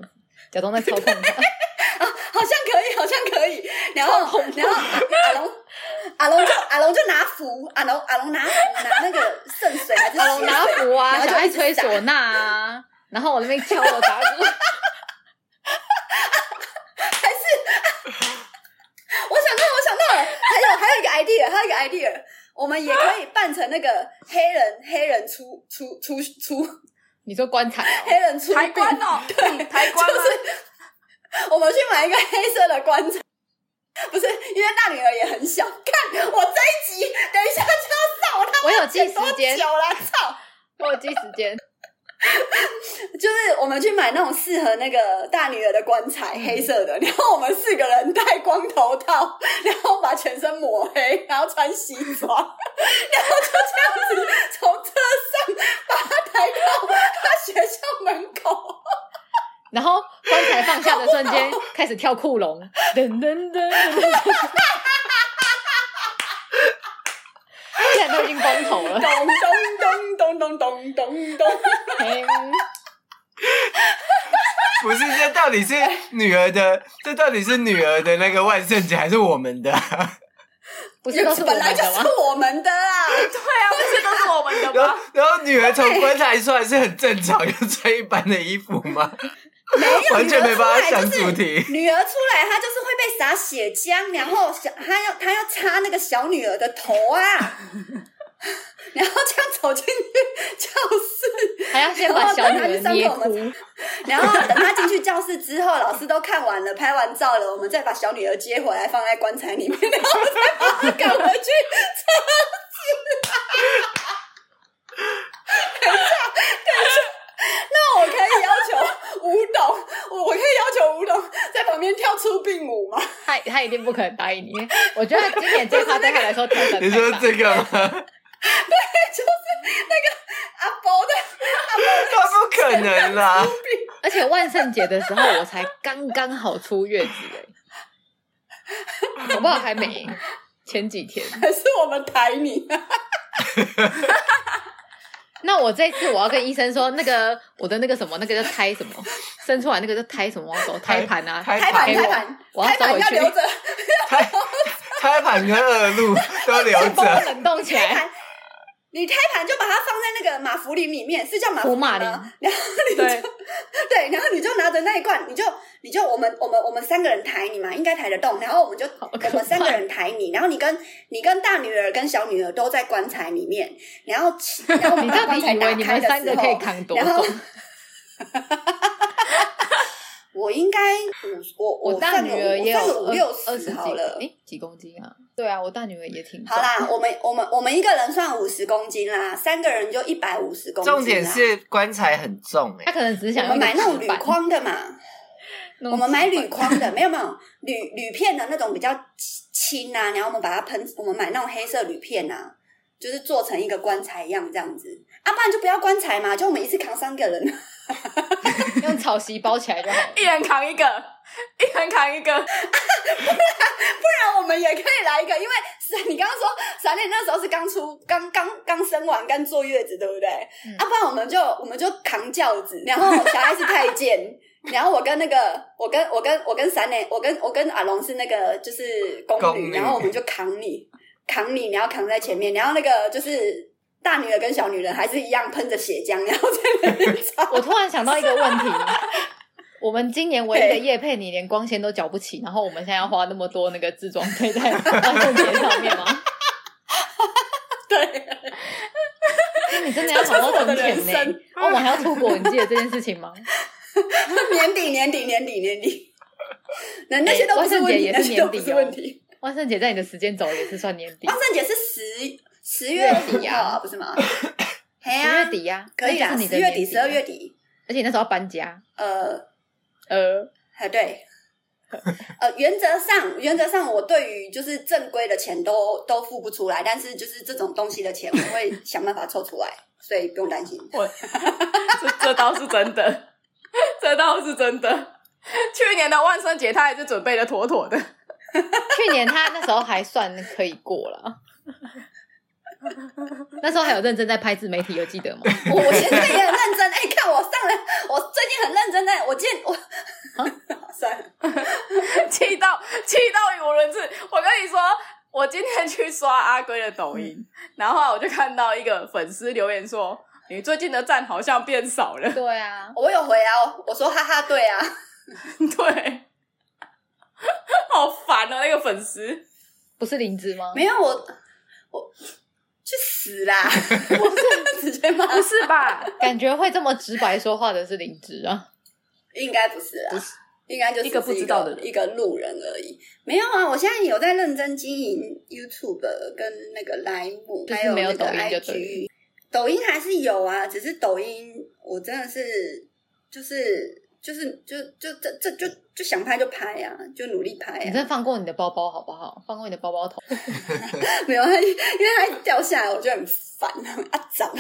S4: 假装在操控她。
S2: 好像可以，好像可以。然后，然后阿龙，阿龙就阿龙就拿符，阿龙阿龙拿符拿那个圣水还是
S4: 阿龙拿
S2: 符
S4: 符啊，
S2: 然后
S4: 小
S2: 就
S4: 爱
S2: 一直
S4: 吹
S2: 打
S4: 唢呐啊，然后我那边敲锣打鼓，
S2: 我想到，我想到了，还有还有一个 idea，还有一个 idea，我们也可以扮成那个黑人黑人出出出出
S4: (laughs) 你说棺材哦、
S2: 黑人出
S1: 抬棺哦，抬棺吗？
S2: 我们去买一个黑色的棺材。不是，因为大女儿也很小。看我这一集，等一下就要上， (laughs) 我他妈
S4: 我有记
S2: 剪
S4: 时
S2: 多
S4: 间
S2: 久了？操！
S4: 我有记时间，
S2: 就是我们去买那种适合那个大女儿的棺材，黑色的。然后我们四个人戴光头套，然后把全身抹黑，然后穿西装，然后就这样子从车上把他抬到他学校门口。
S4: 然后棺材放下的瞬间开始跳库龙，噔噔噔噔噔。现在都已经光头了
S2: 咚，咚咚咚咚咚咚咚。
S4: 嘿
S3: 不是，这到底是女儿的， (laughs) 这到底是女儿的那个万圣节，还是我们的？ (laughs)
S4: 不是都是我
S2: 本
S4: 们
S2: 来 (laughs) 就
S4: 的吗
S2: 是？我们的啦，
S1: 对啊，不是都是我们的
S3: 然后
S1: 吗？，
S3: 然后女儿从棺材出来是很正常，就穿一般的衣服吗？完全没办法想主题。
S2: 女儿出来，她就是会被撒血浆，然后小她要她要插那个小女儿的头啊， (laughs) 然后这样走进去教室，
S4: 还要先把小女儿捏
S2: 然后 (laughs)
S4: 哭，
S2: 然后等她进去教室之后，老师都看完了，拍完照了，我们再把小女儿接回来放在棺材里面，然后再把她赶回去。 (laughs) 那我可以要求吴董，我我可以要求吴董在旁边跳出病舞吗？
S4: 他他一定不可能答应你。我觉得今年这趴对他来说挑战
S3: 你
S4: 太
S3: 说
S4: 大。
S3: 这个吗？他
S2: 阿伯的 (laughs)
S3: 不可能啦！
S4: 而且万圣节的时候，我才刚刚好出月子哎、欸，好不好？还没前几天。
S2: 还是我们抬你、
S4: 那我这次我要跟医生说，那个我的那个什么，那个叫胎什么，生出来那个叫胎什么，我要走胎盘啊，
S3: 胎
S2: 胎盘，
S4: 给
S2: 胎
S4: 我
S2: 盘，
S4: 我要
S2: 胎
S4: 收
S2: 盘
S4: 回
S2: 要
S4: 去
S2: 留，着，
S3: 胎胎盘跟恶露都留
S4: 帮我
S3: 着。
S4: 冷冻起
S2: 胎
S4: 来。
S2: 盘。你胎盘就把它放在那个马福林里面，是叫马福林吗？
S4: 福马林
S2: (laughs) 然后你
S1: 对
S2: 就对，然后你就拿着那一罐，你就你就我们我们我们三个人抬你嘛，应该抬得动。然后我们就
S4: 可怕
S2: 我们三个人抬你，然后你跟你跟大女儿跟小女儿都在棺材里面，然后然后我
S4: (laughs) 你
S2: 们
S4: 到
S2: 把棺
S4: 底
S2: 材
S4: 以
S2: 打
S4: 为你
S2: 开
S4: 们
S2: 的
S4: 三
S2: 时
S4: 个可以
S2: 候
S4: 扛多
S2: 然后
S4: 重？
S2: 我应该五我
S4: 我大
S2: 算
S4: 女
S2: 个
S4: 儿
S2: 五
S4: 也
S2: 算
S4: 有
S2: 个五
S4: 二
S2: 六
S4: 二十
S2: 十
S4: 几
S2: 好了，
S4: 哎几公斤啊？对啊，我大女儿也挺重
S2: 好啦，我们我们我们一个人算五十公斤啦，三个人就一百五十公斤啦。
S3: 重点是棺材很重哎、
S4: (laughs) 她可能只是
S2: 我
S4: 想要
S2: 们买那种
S4: 纸
S2: 铝
S4: 板，
S2: 框的嘛，
S4: 那种
S2: 我们买
S4: 纸
S2: 铝
S4: 板
S2: 框的，没有没有铝铝片的那种比较轻啊，然后我们把它喷，我们买那种黑色铝片啊，就是做成一个棺材样这样子。啊，不然就不要棺材嘛，就我们一次扛三个人，
S4: (laughs) 用草席包起来就好了。
S1: 一人扛一个，一人扛一个，
S2: 那我们也可以来一个，因为闪，你刚刚说闪电那时候是刚出，刚刚刚生完，刚坐月子，对不对？
S4: 嗯
S2: 啊，不然我们就我们就扛轿子，然后小爱是太监，然后我跟那个我跟我跟我跟闪电，我跟我跟阿龙是那个就是宫
S3: 宫
S2: 女，
S3: 女
S2: 然后我们就扛你，扛你，然后扛在前面，然后那个就是大女儿跟小女人还是一样喷着血浆，然后在那里唱
S4: (laughs) 我突然想到一个
S2: (laughs)
S4: 问题，我们今年唯一的叶配，你连光纤都缴不起，然后我们现在要花那么多那个自装费在万圣节上面吗？
S2: (laughs) 对。
S4: 那哎你真的要好好
S2: 这就
S4: 存钱
S2: 是我的人
S4: 呢、
S2: 生
S4: 哦，我还要出国，你记得这件事情吗？
S2: 年底，年底，年底，年底。那那些都不是问题，那
S4: 哎万圣节也是
S2: 些都不
S4: 年底
S2: 是
S4: 哦
S2: 问题。
S4: 万圣节
S2: 哦
S4: 在你的时间轴也是算年底
S2: 万，圣节是十十月
S4: 月底啊
S2: 五
S4: (coughs)
S2: 号不是吗？嘿
S4: 十
S2: 哎呀、
S4: 月底呀、
S2: 可以
S4: 那
S2: 啦，
S4: 就是你
S2: 十
S4: 的
S2: 月
S4: 年
S2: 底、
S4: 底
S2: 十
S4: 啊
S2: 二月底，
S4: 而且你那时候要搬家，
S2: 呃，
S4: 呃，
S2: 还对。呃， (laughs) 原则上，原则上，我对于就是正规的钱都都付不出来，但是就是这种东西的钱，我会想办法凑出来，所以不用担心。
S1: 我这这倒是真的， (laughs) 这倒是真的。去年的万圣节他还是准备的妥妥的，
S4: 去年他那时候还算可以过了， (laughs) 那时候还有认真在拍自媒体，有记得吗？
S2: 我我现在也很认真，哎、看我上了，我最近很认真在，我见我，(laughs)
S4: 啊
S2: 算了，
S1: 气到气到语无伦次。我跟你说，我今天去刷阿龟的抖音，然后我就看到一个粉丝留言说：“你最近的赞好像变少了。 (laughs)
S4: 对啊，
S2: 我有回啊，我我说哈哈，对啊，”
S1: 对，好烦哦，那个粉丝。
S4: 不是灵芝吗？
S2: 没有我我去死
S4: (laughs)
S2: 啦！我是直接骂，
S1: 不是吧？
S4: 感觉会这么直白说话的是灵芝啊。
S2: 应该不是啦，啊
S1: 不是
S2: 应该就是
S1: 一个不知道的人
S2: 一个路人而已。没有啊，我现在有在认真经营 YouTube 跟那个莱姆，
S4: 就是
S2: 还有
S4: 没有
S2: 那个
S4: 抖音就
S2: IG，抖音还是有啊，只是抖音我真的是就是就是就就这这就就想拍就拍啊，就努力拍
S4: 你
S2: 啊，
S4: 真放过你的包包好不好？放过你的包包头。
S2: (laughs) 没有，啊因为它一直掉下来，我就很烦啊， (laughs) 长。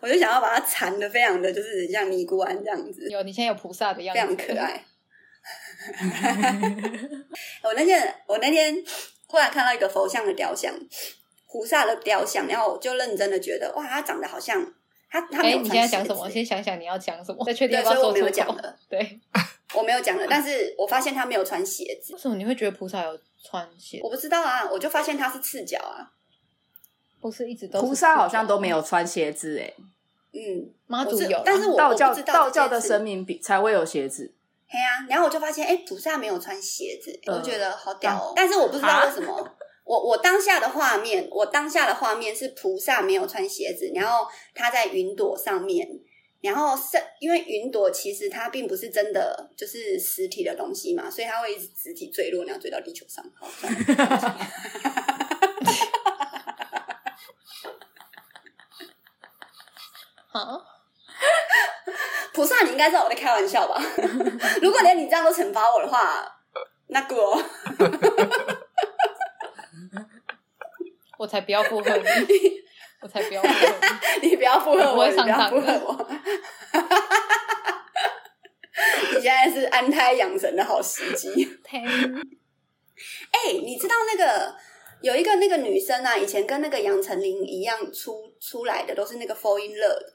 S2: 我就想要把它缠的非常的就是像尼姑庵这样子，
S4: 有，你现在有菩萨的样
S2: 非
S4: 子，
S2: 常可爱。 (laughs) 我那天我那天忽然看到一个佛像的雕像，菩萨的雕像，然后我就认真的觉得，哇，他长得好像他他没
S4: 哎，
S2: 有
S4: 你
S2: 穿
S4: 现在
S2: 鞋
S4: 讲
S2: 子
S4: 什么？先想想你要讲什么，再确定
S2: 对，
S4: 要不
S2: 所
S4: 要
S2: 以我
S4: 说
S2: 没有
S4: 出
S2: 讲
S4: 口。
S2: 的，
S4: 对，
S2: 我没有讲的，但是我发现他没有穿鞋子，
S4: 为什么你会觉得菩萨有穿鞋？
S2: 我不知道啊，我就发现他是赤脚啊，
S4: 不是一直都是
S1: 菩萨好像都没有穿鞋子诶、
S2: 嗯，
S4: 妈
S2: 我
S4: 祖
S2: 是
S4: 有啊，
S2: 但是我
S1: 道
S2: 我
S1: 教
S2: 不知道
S1: 道教
S2: 这
S1: 的
S2: 件事
S1: 神明比才会有鞋 (laughs) 子。
S2: 嘿啊，然后我就发现，哎，菩萨没有穿鞋子，哎
S1: 嗯
S2: 我就觉得好屌哦。但是我不知道为什么，我我当下的画面，我当下的画面是菩萨没有穿鞋子，然后他在云朵上面，然后是因为云朵其实它并不是真的就是实体的东西嘛，所以它会一直实体坠落，然后坠到地球上。好，算了
S4: 啊，
S2: 菩萨，你应该知道我在开玩笑吧？ (laughs) 如果连你这样都惩罚我的话，那个哦、
S4: 我才不要附
S2: (laughs)
S4: 和你，我才不要附和你。
S2: 你不要附和
S4: 我不
S2: 我，你
S4: 会
S2: 不
S4: 上
S2: 要
S4: 当
S2: 附和我。 (laughs) 你现在是安胎养成的好时机。哎、你知道那个有一个那个女生啊，以前跟那个杨丞琳一样出出来的，都是那个 Fall in Love 的，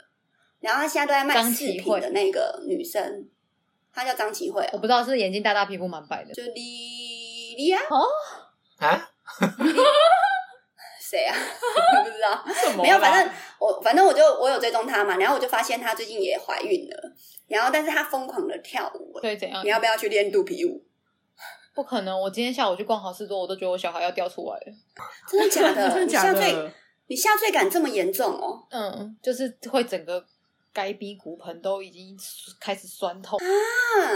S2: 然后她现在都在卖
S4: 张
S2: 饰
S4: 琪
S2: 品
S4: 慧
S2: 的那个女生，她叫张琪慧哦、
S4: 我不知道是眼睛大大，皮肤蛮白的。
S2: 就莉莉亚
S3: 啊，
S2: 谁啊？ (laughs) 我不知道。
S1: 什么啦？
S2: 没有，反正我反正我就我有追踪她嘛，然后我就发现她最近也怀孕了，然后但是她疯狂的跳舞，欸
S4: 对，怎样
S2: 你？要不要去练肚皮舞？
S4: 不可能！我今天下午去逛好市多，我都觉得我小孩要掉出来了。
S2: 真的假
S1: (laughs)
S2: 的？
S1: 真的
S2: 你
S1: 假
S2: 下坠，
S1: 的？
S2: 你下坠感这么严重哦？
S4: 嗯，就是会整个该鼻骨盆都已经开始酸痛。
S2: 啊，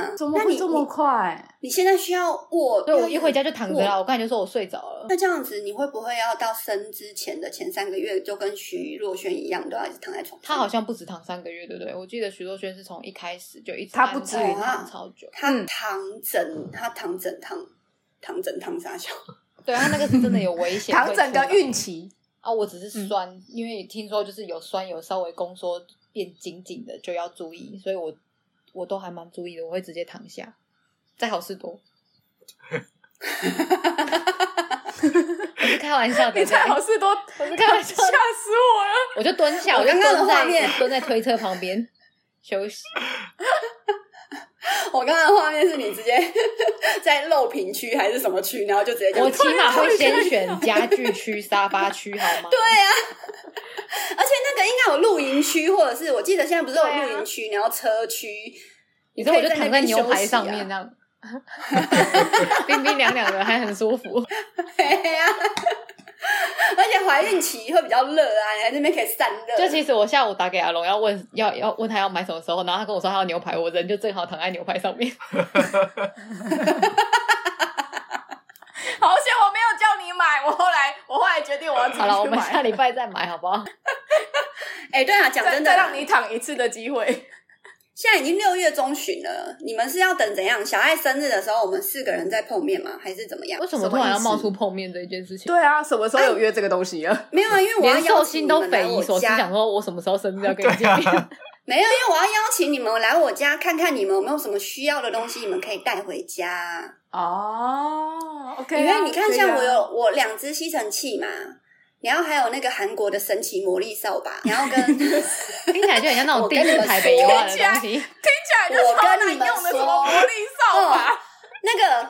S1: 嗯怎么
S2: 那
S1: 会
S2: 你
S1: 这么
S2: 你
S1: 快？
S2: 你现在需要握？
S4: 对，我一回家就躺着
S2: 握
S4: 啦。我刚才就说我睡着了。
S2: 那这样子，你会不会要到生之前的前三个月，就跟徐若瑄一样，都要一直躺在床上？
S4: 他好像不止躺三个月，对不对？我记得徐若瑄是从一开始就一直
S1: 她不至于
S4: 安排躺
S2: 躺
S4: 超久。
S2: 她
S1: 嗯
S2: 躺枕，她躺枕躺躺枕躺傻笑，
S4: 对他那个是真的有危
S1: (laughs)
S4: 险，
S1: 躺整个嗯
S4: 运
S1: 孕期，
S4: 啊！我只是酸，因为听说就是有酸有稍微宫缩变紧紧的，就要注意，所以我我都还蛮注意的，我会直接躺下，在好事
S1: (laughs)
S4: 多。我是开玩笑的，
S1: 你在好事多，
S4: 我是
S2: (laughs)
S4: 开玩
S1: 吓
S4: 笑的，
S1: 死我了！
S4: 我就蹲下，
S2: 我
S4: 我就
S2: 刚刚
S4: 蹲
S2: 的画
S4: 在
S2: 面
S4: 我蹲在推车旁边休
S2: (laughs)
S4: 息。
S2: (laughs) 我刚刚的画面是你直接 (laughs) 在露屏区还是什么区，然后就直接这样
S4: 我起码会先选家具区、沙发区，好吗？对
S2: 而且那个应该有露营区，或者是我记得现在不是有
S4: 对啊
S2: 露营区，然后车区，你
S4: 你说
S2: 可
S4: 我
S2: 以
S4: 就
S2: 在那
S4: 躺在
S2: 边
S4: 牛排
S2: 休息
S4: 上
S2: 啊
S4: 面那样， (laughs) 冰冰凉凉的，还很舒服。
S2: 对呀、 (laughs) 而且怀孕期会比较热啊，你在那边可以散热。
S4: 就其实我下午打给阿龙，要问要要问他要买什么时候，然后他跟我说他要牛排，我人就正好躺在牛排上面。
S1: 好险我没有叫你买，我后来我后来决定我要自己去买。
S4: 好了，我们下礼拜再买好不好？
S2: 哎，对啊，讲
S1: 再
S2: 真的
S1: 再
S2: 啦，
S1: 让你躺一次的机会。
S2: 现在已经六月中旬了，你们是要等怎样？小爱生日的时候，我们四个人再碰面吗？还是怎么样
S4: 为？什么
S1: 什么
S4: 突然
S1: 意
S4: 要
S1: 思
S4: 冒出碰面这件事情？
S1: 对啊，什么时候有约这个东西啊？
S2: 没有啊，因为我要
S4: 连
S2: 邀
S4: 寿
S2: 请
S4: 星
S2: 你
S4: 都
S2: 们来
S4: 匪夷
S2: 我
S4: 所思，
S2: 家
S4: 想。说我什么时候生日要跟你
S3: 对
S4: 见面 (laughs)
S3: 啊？，
S2: 没有，因为我要邀请你们来我家看看你们有没有什么需要的东西，你们可以带回家。
S1: 哦，OK，啊
S2: 因为你看，像我
S1: 可以
S2: 有
S1: 啊
S2: 我两只吸尘器嘛，然后还有那个韩国的神奇魔力扫把，然后
S4: (laughs)
S2: 跟
S4: 听起来就很像那种
S2: 我
S4: 地
S2: 跟你
S4: 域
S2: 们
S4: 台北以
S2: 说
S4: 外的
S1: 听起来
S4: 东西。
S1: 听起来就超难用的什么魔力扫把，
S2: 哦嗯那个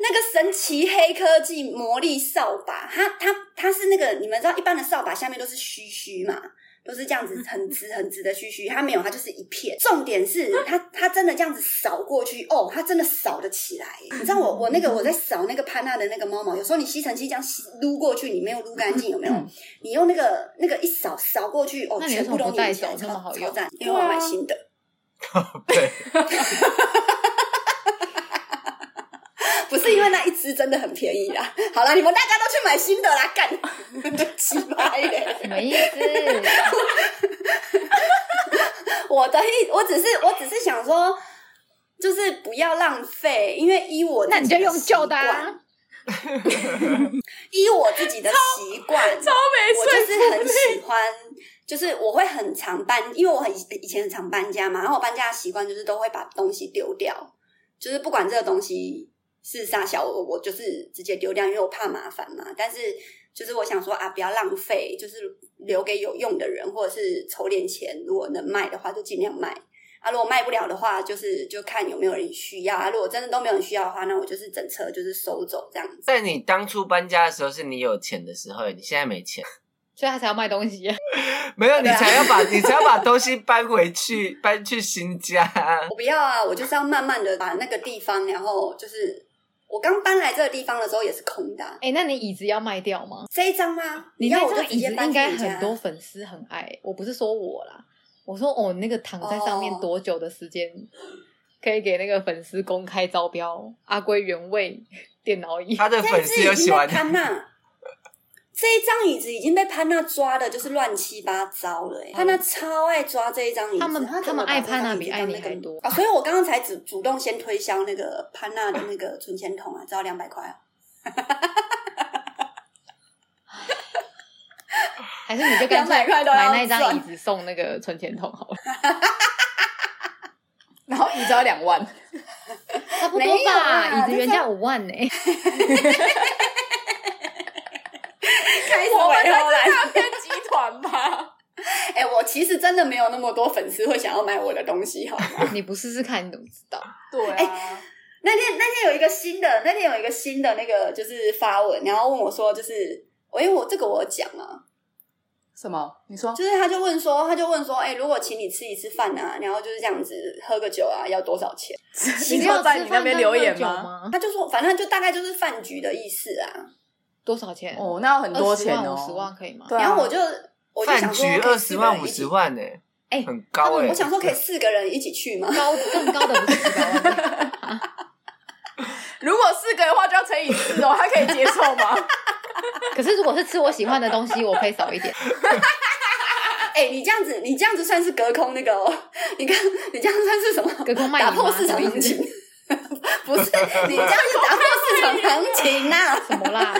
S2: 那个神奇黑科技魔力扫把，它它它是那个你们知道一般的扫把下面都是须须嘛，都是这样子很直很直的须须，它没有，它就是一片。重点是它它真的这样子扫过去，哦，它真的扫得起来。你知道我我那个我在扫那个潘娜的那个猫毛，有时候你吸尘器这样吸撸过去，你没有撸干净，有没有？你用那个那个一扫扫过去，哦，
S4: 嗯那你为
S2: 全
S4: 什么
S2: 部都
S4: 不带
S2: 粘起来，
S4: 走那么
S2: 超
S4: 好
S2: 超
S4: 用啊
S2: 赞，因为我要买新的。
S3: 对，
S2: 不是因为那一只真的很便宜啦。好了，你们大家都去买新的啦，干， (laughs) 鸡巴耶！
S4: 什么意 (laughs) 思？
S2: 我的意，我只是我只是想说，就是不要浪费，因为依我自己
S4: 那你就
S2: 的
S4: 用
S2: 习
S4: 旧的
S2: 惯
S4: 啊。
S2: 依我自己的习惯，
S1: 超没
S2: 我就
S1: 睡
S2: 是很喜欢，就是我会很常搬，因为我很以前很常搬家嘛，然后我搬家的习惯就是都会把东西丢掉，就是不管这个东西是啥小，我我就是直接丢掉，因为我怕麻烦嘛。但是就是我想说啊，不要浪费，就是留给有用的人，或者是筹点钱，如果能卖的话就尽量卖。啊，如果卖不了的话，就是就看有没有人需要啊。如果真的都没有人需要的话，那我就是整车就是收走这样子。
S3: 在你当初搬家的时候，是你有钱的时候，你现在没钱，
S4: 所以他才要卖东西、 (laughs) 啊。
S3: 没有，你
S2: 对啊
S3: 才要把你才要把东西搬回去，搬去新家。
S2: 我不要啊，我就是要慢慢的把那个地方，然后就是我刚搬来这个地方的时候也是空的啊、
S4: 哎、那你椅子要卖掉吗？
S2: 这一张吗？
S4: 你
S2: 要
S4: 那
S2: 我就
S4: 张
S2: 直
S4: 椅
S2: 接
S4: 子
S2: 搬
S4: 应
S2: 去
S4: 该
S2: 你
S4: 很
S2: 家。
S4: 多粉丝很爱。我不是说我啦，我说哦，那个躺在上面
S2: 哦
S4: 多久的时间，可以给那个粉丝公开招标阿龟原味电脑 (laughs) 椅。
S3: 他的
S2: 这一
S3: 粉
S2: 只
S3: 丝
S2: 已
S3: 有
S2: 经
S3: 喜
S2: 被
S3: 欢
S2: 潘娜，这一张椅子已经被潘娜抓的，就是乱七八糟了、欸。潘娜超爱抓这一张椅子，
S4: 嗯他们
S2: 她
S4: 他
S2: 怎么
S4: 们
S2: 把
S4: 爱
S2: 这
S4: 潘
S2: 张
S4: 娜
S2: 椅
S4: 比
S2: 子
S4: 爱
S2: 当
S4: 你
S2: 那个
S4: 还多
S2: 啊！所以我刚刚才主主动先推销那个潘娜的那个存钱筒啊，只要两百
S4: (laughs)
S2: 块啊。
S4: 还是你就干脆
S2: 200块
S4: 买
S2: 都要
S4: 那张
S2: 赚
S4: 椅子送那个存钱筒好了，
S1: 然后一招两万，
S4: 差不
S2: 没
S4: 多
S2: 有
S4: 吧？
S2: 啦
S4: 椅子原价五万呢、
S2: 开始
S1: 我们
S2: 尾
S1: 才
S2: 后来
S1: 是诈骗集团吧？
S2: (laughs) 哎、我其实真的没有那么多粉丝会想要买我的东西，好吗？
S4: 你不试试看你怎么知道？
S1: (laughs) 对啊，
S2: 那天那天有一个新的，那天有一个新的那个就是发文，然后问我说，就是我因为我这个我有讲啊，
S1: 什么？你说 (laughs)
S2: 就是他就问说，他就问说，哎、如果请你吃一次饭啊，然后就是这样子喝个酒啊，要多少钱？
S4: (laughs) 你
S1: 你
S4: 要
S1: 有在
S4: 吃
S1: 你那
S4: 饭
S1: 边
S4: 跟
S1: 留
S4: 喝
S1: 言
S4: 酒
S1: 吗？
S4: 吗？
S2: 他就说，反正就大概就是饭局的意思啊。
S4: 多少钱？
S1: 哦，那要很多钱哦，
S4: 五十万可以吗？
S1: 对啊
S2: 然后我就我就
S3: 饭
S2: 想说，
S3: 局二十万、五
S2: 可以四
S3: 十
S2: 个人
S3: 万呢、欸，
S4: 哎
S3: 很
S2: 一起
S3: 高哎、
S2: 我想说可以四个人一起去吗？
S4: 高更高的不是十八万吗，
S1: 如果四个的话就要乘以四哦，他可以接受吗？
S4: 可是如果是吃我喜欢的东西，我可以少一点。
S2: 哎、你这样子，你这样子算是隔空那个、哦，你看你这样算是什么？
S4: 隔空卖
S2: 打
S4: 淫吗
S2: 破市场行情 (laughs)
S4: 什？
S2: 不是，你这样是打破市场行情啊呐、
S4: 什么啦？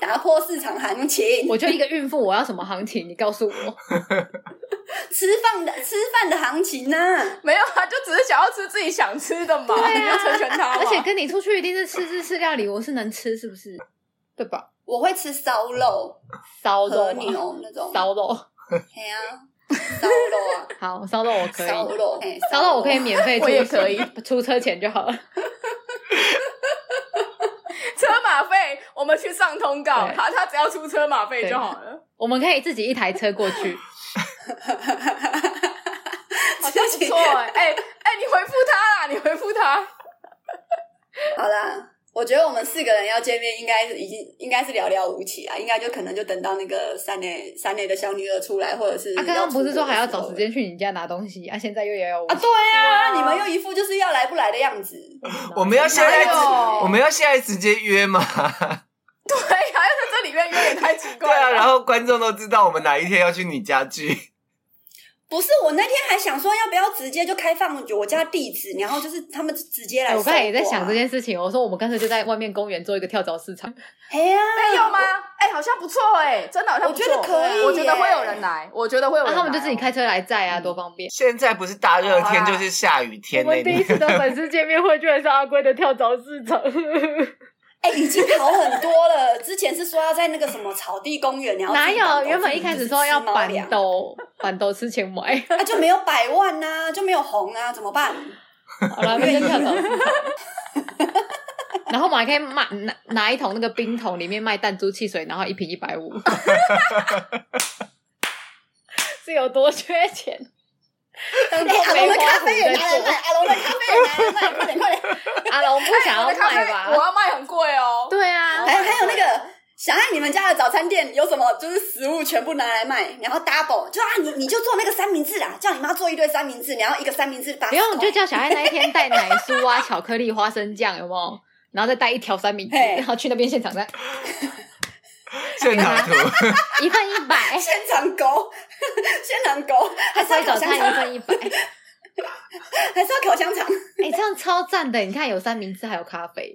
S2: 打破市场行情。
S4: 我就一个孕妇，我要什么行情？你告诉我。
S2: 吃饭的吃饭的行情呐、
S1: 没有啊，就只是想要吃自己想吃的嘛，
S4: 对啊
S1: 你要成全他嘛。
S4: 而且跟你出去一定是吃日式料理，我是能吃是不是？对吧？
S2: 我会吃烧肉、
S4: 烧
S2: 和
S4: 肉嘛，
S2: 牛那种。
S4: 烧肉
S2: 嘿啊，烧肉啊，
S4: 好，烧肉我 (laughs) 可以，
S2: 烧肉，嘿
S4: 烧肉我可以。免费出，
S1: 我也可以，
S4: 出车钱就好了。
S1: 车马费，我们去上通告，
S4: 对
S1: 他他只要出车马费就好
S4: (laughs)
S1: 了。
S4: 我们可以自己一台车过去，
S1: 好像不错哎、 (laughs) 哎、哎、你回复他啦，你回复他。
S2: 好啦，我觉得我们四个人要见面，应该是已经应该是寥寥无几啊，应该就可能就等到那个三内三内的小女儿出来，或者是
S4: 啊，刚刚不是说还要找时
S2: 间
S4: 间去你家拿东西啊？现在又遥遥无
S2: 啊？
S4: 期。
S2: 对啊，你们又一副就是要来不来的样子。
S3: 我们要现在
S1: 哪有
S3: 我们要现在直接约吗？
S1: 啊对呀、要在这里面约也太奇
S3: 对啊，
S1: 怪了。
S3: 然后观众都知道我们哪一天要去你家聚，
S2: 不是，我那天还想说要不要直接就开放我家地址，然后就是他们直接来、啊
S4: 哎我刚才也在想这。件事情，我说我们干脆就在外面公园做一个跳蚤市场，
S2: 哎呀，
S1: 哎有吗？哎、好像不错哎、真的好像不错。
S2: 我觉得可以
S1: 我觉得
S2: 耶
S1: 会有人来，我觉得会有
S4: 那、
S1: 人来、哦
S4: 啊他们就自己。开车来载啊，多方便。
S3: 现在不是大热天
S1: 好啊
S3: 就是下雨天
S4: 我
S3: 呢、
S4: 们第一次的粉丝见面会居然是阿龟的跳蚤市场，
S2: 哎、已经好很多了。之前是说要在那个什么草地公园，然后
S4: (laughs) 哪
S2: 自己板
S4: 有？
S2: 豆
S4: 原本一开始说要板
S2: 自己吃猫粮
S4: (laughs) 豆，板豆吃钱 (laughs) 买。
S2: 啊，就没有百万呐、就没有红啊，怎么办？
S4: 好了，那就跳蚤市场。然后我们还可以买拿拿一桶那个冰桶，里面卖弹珠汽水，然后一瓶一百 (laughs) 五，是有多缺 (laughs) 钱？当做
S2: 哎、阿
S4: 梅
S2: 龙的
S4: 花
S2: 咖
S4: 壶
S2: 啡也
S4: 在
S2: 拿来卖，
S4: 做。
S2: 阿龙的咖啡也拿来卖，快点快点！
S4: 阿龙啊不想要
S1: 哎我的咖啡
S4: 卖吧
S1: 我？要卖很贵哦、
S4: 对
S2: (laughs)
S4: 啊，
S2: 还还有那个，想要你们家的早餐店有什么，就是食物全部拿来卖，然后 double，就啊，你你就做那个三明治啦，叫你妈做一堆三明治，然后一个三明治八十
S4: 不用，
S2: 块
S4: 就叫小爱那一天带奶酥啊、 (laughs) 巧克力、花生酱，有没有？然后再带一条三明治，
S2: 嘿
S4: 然后去那边现场再
S3: 现
S2: (laughs)
S3: 场图，
S4: 一份一百，
S2: 现场 (laughs) 勾，现场勾，还是要
S4: 快
S2: 烤
S4: 早
S2: 香
S4: 餐一
S2: 肠，
S4: 份一百。
S2: 还是要烤香肠，
S4: 哎、这样超赞的！你看有三明治，还有咖啡，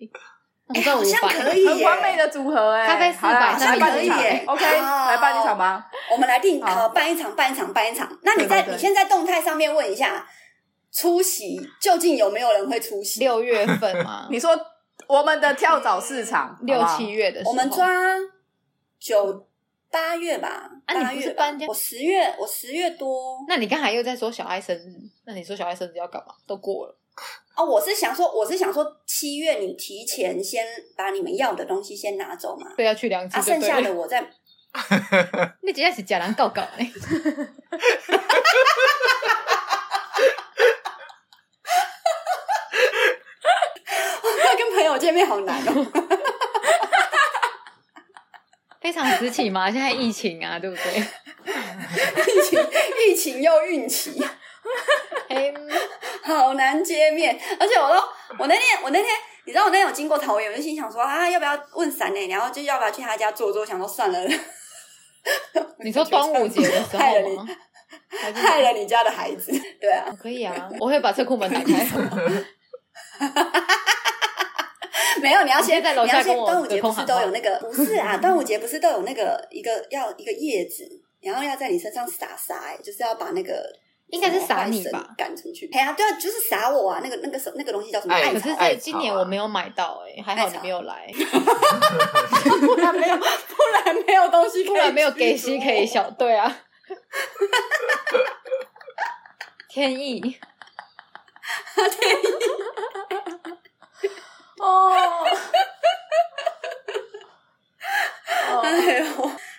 S4: 一份
S2: 好
S4: 五
S2: 像可
S4: 百。
S2: 以
S1: 很
S2: 耶，
S1: 完美的组合哎、
S4: 咖啡400
S1: 好啦
S4: 那
S1: 来办
S2: 可
S1: 一
S2: 以
S1: 场
S2: 耶
S1: OK，
S2: 好
S1: 来办一场吧。
S2: 我们来定
S1: 好
S2: 好办一场，办一场，办一场。那你
S1: 对
S2: 在
S1: 对对
S2: 你先在动态上面问一下，出席究竟有没有人会出席？
S4: 六月份嘛，
S1: 你说我们的跳蚤市场
S4: 六
S1: 好不好
S4: 七月的时候，
S2: 我们抓九八月吧，
S4: 啊
S2: 八
S4: 你不
S2: 月
S4: 是
S2: 吧
S4: 搬家
S2: 我十月，我十月多
S4: 那你刚才又在说小爱生日，那你说小爱生日要干嘛？都过了，
S2: 啊。我是想说，我是想说，七月你提前先把你们要的东西先拿走嘛，
S4: 对，要去两次
S2: 啊，
S4: 就对
S2: 剩下
S4: 了。
S2: 的我再
S4: 你真的是假人告告呢？
S2: 要 (laughs) 跟朋友见面好难
S4: (laughs)
S2: 哦。
S4: 非常时期嘛，现在疫情啊，对不对？ (laughs)
S2: 疫情疫情又运气。
S4: 嘿
S2: 好难接面，而且我都我那天我那天你知道我那天有经过桃园，我就心想说啊，要不要问闪呢？然后就要不要去他家坐坐，想说算了，
S4: 嗯你说端午节的时
S2: 害了
S4: 候吗
S2: 你？(laughs)
S4: 还是
S2: 害了你家的孩子， (laughs) 对啊，
S4: 可以啊，我会把车库门打开。
S2: 没有，你要先
S4: 你可以在楼下
S2: 你要
S4: 跟
S2: 先
S4: 我
S2: 端午节
S4: 隔
S2: 不
S4: 空
S2: 是
S4: 喊
S2: 都
S4: 话
S2: 有那个不是
S4: (laughs)
S2: 啊，端午节不是都有那个一个要一个叶子，然后要在你身上撒撒、欸，就是要把那个。
S4: 应该是撒你
S2: 什
S4: 吧
S2: 么坏神赶出去。哎呀、对啊，就是撒我啊！那个、那个、那个东西叫什么？
S3: 哎
S2: 艾
S4: 可
S2: 草。啊
S4: 是
S3: 艾
S4: 这
S3: 草
S4: 今年我没有买到哎、还好你没有来，
S2: 不然没有，不然 (laughs) 没有东西可以
S4: 不然没有给
S2: 驱
S4: 息
S2: 逐
S4: 可以小对啊。天意，
S1: 哦。哦
S2: 哎呦，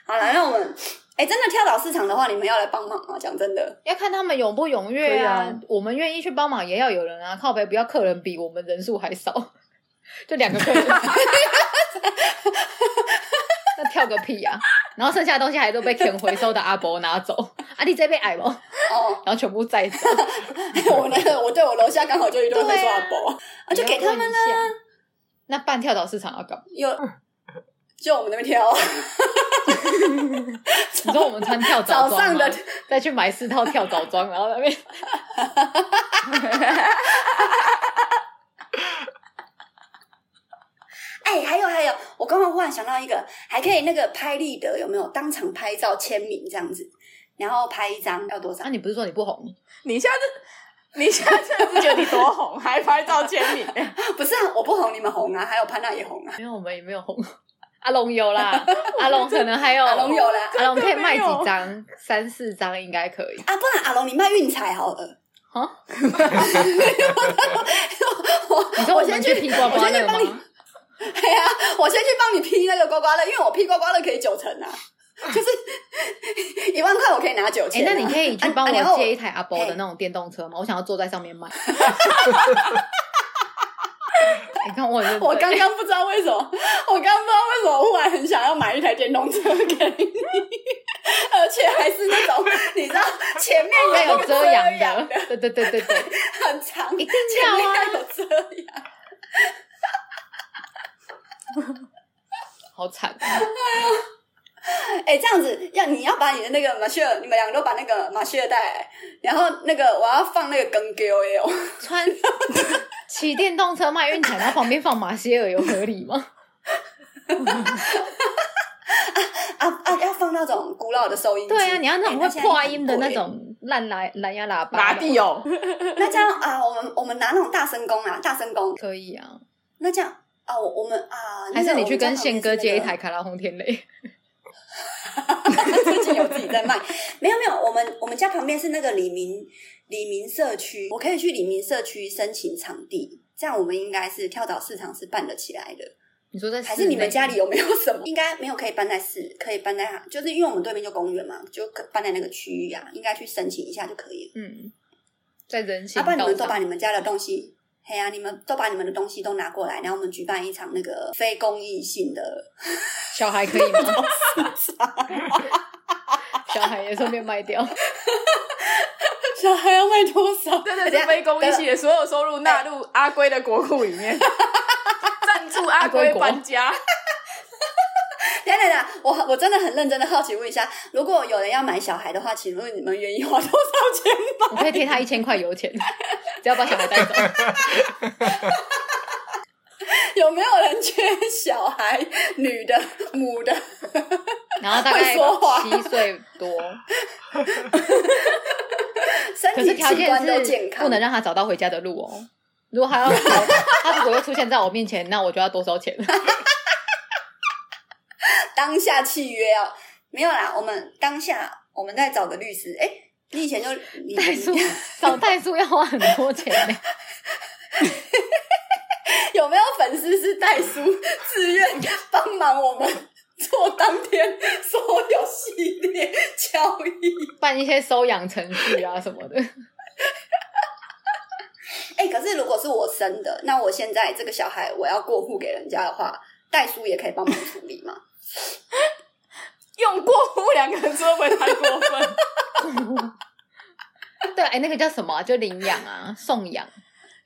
S2: 好了，那我们哎、真的跳蚤市场的话，你们要来帮忙吗？讲真的，
S4: 要看他们踊不踊
S1: 可
S4: 跃
S1: 以
S4: 啊。
S1: 啊
S4: 我们愿意去帮忙，也要有人啊。靠北不要客人比我们人数还少，就两个客人，那跳个屁啊！然后剩下的东西还都被肯回收的阿伯拿走，啊，你这被矮了，
S2: 哦，
S4: 然后全部载走，
S2: (laughs) 我那个我对我楼下刚好就一堆会
S4: 对
S2: 说阿
S4: 啊
S2: 伯，啊，就给他们
S4: 呢。那办跳蚤市场要干嘛？
S2: (laughs) 有，就我们那边跳， (laughs)
S4: 你说我们穿跳
S2: 早
S4: 蚤装吗
S2: 上的
S4: 再去买四套跳蚤装，然后那边
S2: 哎、还有还有，我刚刚忽然想到一个，还可以那个拍立得有没有？当场拍照签名这样子，然后拍一张要多少
S4: (laughs) 啊，？你不是说你不红？
S1: 你现在你现在不觉得你多红，还拍照签名、
S2: 不是、啊，我不红，你们红啊，还有潘娜也红啊，
S4: 没有，我们也没有红。 (laughs) 阿龙有啦，
S2: (laughs)
S4: 阿龙可能还有
S2: 阿龙有啦，
S4: 阿龙可以
S1: 真的
S4: 卖
S1: 没有
S4: 几张？三四张应该可
S2: (laughs)
S4: 以。
S2: 啊，不然阿龙你卖运彩好了。
S4: 哈，
S2: 我
S4: 你说我
S2: 先
S4: 们
S2: 去
S4: 去披刮
S2: 我
S4: 刮
S2: 先去
S4: 乐
S2: 帮你
S4: 吗？
S2: (laughs) 对呀、我先去帮你批那个刮刮乐，因为我批刮刮乐可以九成 (laughs) 啊，就是一万块我可以拿九
S4: 哎、
S2: 千、啊
S4: 那你可以去帮
S2: 啊啊然后
S4: 我借一台阿伯
S2: 嘿
S4: 的那种电动车吗？我想要坐在上面
S2: (laughs)
S4: (laughs) 哎买。你看我很认真
S2: 我刚刚不知道为什么，我刚刚不知道为什么忽然很想要买一台电动车给你，而且还是那 (laughs) 种你知道前面
S4: 它
S2: 有
S4: 有遮阳
S2: 阳
S4: 的， (laughs) 对对对对对，
S2: (laughs) 很长，
S4: 一定
S2: 前
S4: 要
S2: 面
S4: 啊
S2: 还有遮阳。
S4: 啊好惨。
S2: 哎、这样子要你要把你的那个马歇尔，你们两个都把那个马歇尔带来，然后那个我要放那个梗给我耶，
S4: 穿 (laughs) 骑电动车卖运彩，然后旁边放马歇尔，有合
S2: (laughs)
S4: 理吗？
S2: 啊啊，要放那种古老的收音机。
S4: 对啊，你要那种
S2: 哎
S4: 会破
S2: 现在
S4: 音的那
S2: 很贵
S4: 种烂蓝蓝牙喇叭
S1: 哪
S4: 的，
S1: 地哦？
S2: 那这样啊，我们我们拿那种大声公啊，大声公。
S4: 可以啊？
S2: 那这样啊，我我们啊，那
S4: 还是
S2: 个
S4: 你去
S2: 我们家
S4: 跟
S2: 旁
S4: 宪
S2: 边
S4: 哥
S2: 是那
S4: 借一
S2: 个
S4: 台卡拉轰天雷？
S2: 最近有 (laughs) 自己在卖，没有没有，我们我们家旁边是那个李明李明社区，我可以去李明社区申请场地，这样我们应该是跳蚤市场是办得起来的。
S4: (laughs) 你说在
S2: 还
S4: 室
S2: 是你们
S4: 内
S2: 家里有没有什么？应该没有，可以搬在市，可以搬在，就是因为我们对面就公园嘛，就可搬在那个区域啊，应该去申请一下就可以了。
S4: 嗯，在人
S2: 啊要、
S4: 行
S2: 不然你
S4: 道
S2: 们都把
S4: 上，
S2: 你们家的东西，嘿呀、啊，你们都把你们的东西都拿过来，然后我们举办一场那个非公益性的，
S4: 小孩可
S2: (laughs)
S4: 以吗？小孩也顺便卖掉，
S2: 小孩要卖多 (laughs) 少？
S1: (laughs) 真的是非公益系的，所有收入纳入阿龟的国库里面，赞助阿龟搬家。
S2: 等一下等一下，我我真的很认真的好奇问一下，如果有人要买小孩的话，请问你们愿意花多少钱
S4: 我
S2: 买？
S4: 可以贴他一千块油钱，只要把小孩
S2: (laughs)
S4: 带走。
S2: 有没有人缺小孩？女的、母的？
S4: 然后大概
S2: 会说话
S4: 七岁多，
S2: 身
S4: 可
S2: 体
S4: 是条
S2: 器
S4: 件
S2: 官都
S4: 是
S2: 健康，
S4: 不能让他找到回家的路哦。如果他要
S2: (laughs)
S4: 他如果会出现在我面前，那我就要多收钱。
S2: 当下契约哦。没有啦，我们当下我们再找个律师。哎，你以前就
S4: (laughs)
S2: 你
S4: 代书
S2: 你
S4: 找代书要花很多钱呢、
S2: 有没有粉丝是代书自愿帮忙我们做当天所有系列交易？
S4: 办一些收养程序啊什么的。 (laughs)
S2: 哎、可是如果是我生的，那我现在这个小孩我要过户给人家的话，代书也可以帮忙处理 (laughs) 嘛？
S1: 用过户两个字会不会太过分？
S4: 对，哎、那个叫什么啊、就领养啊，送养。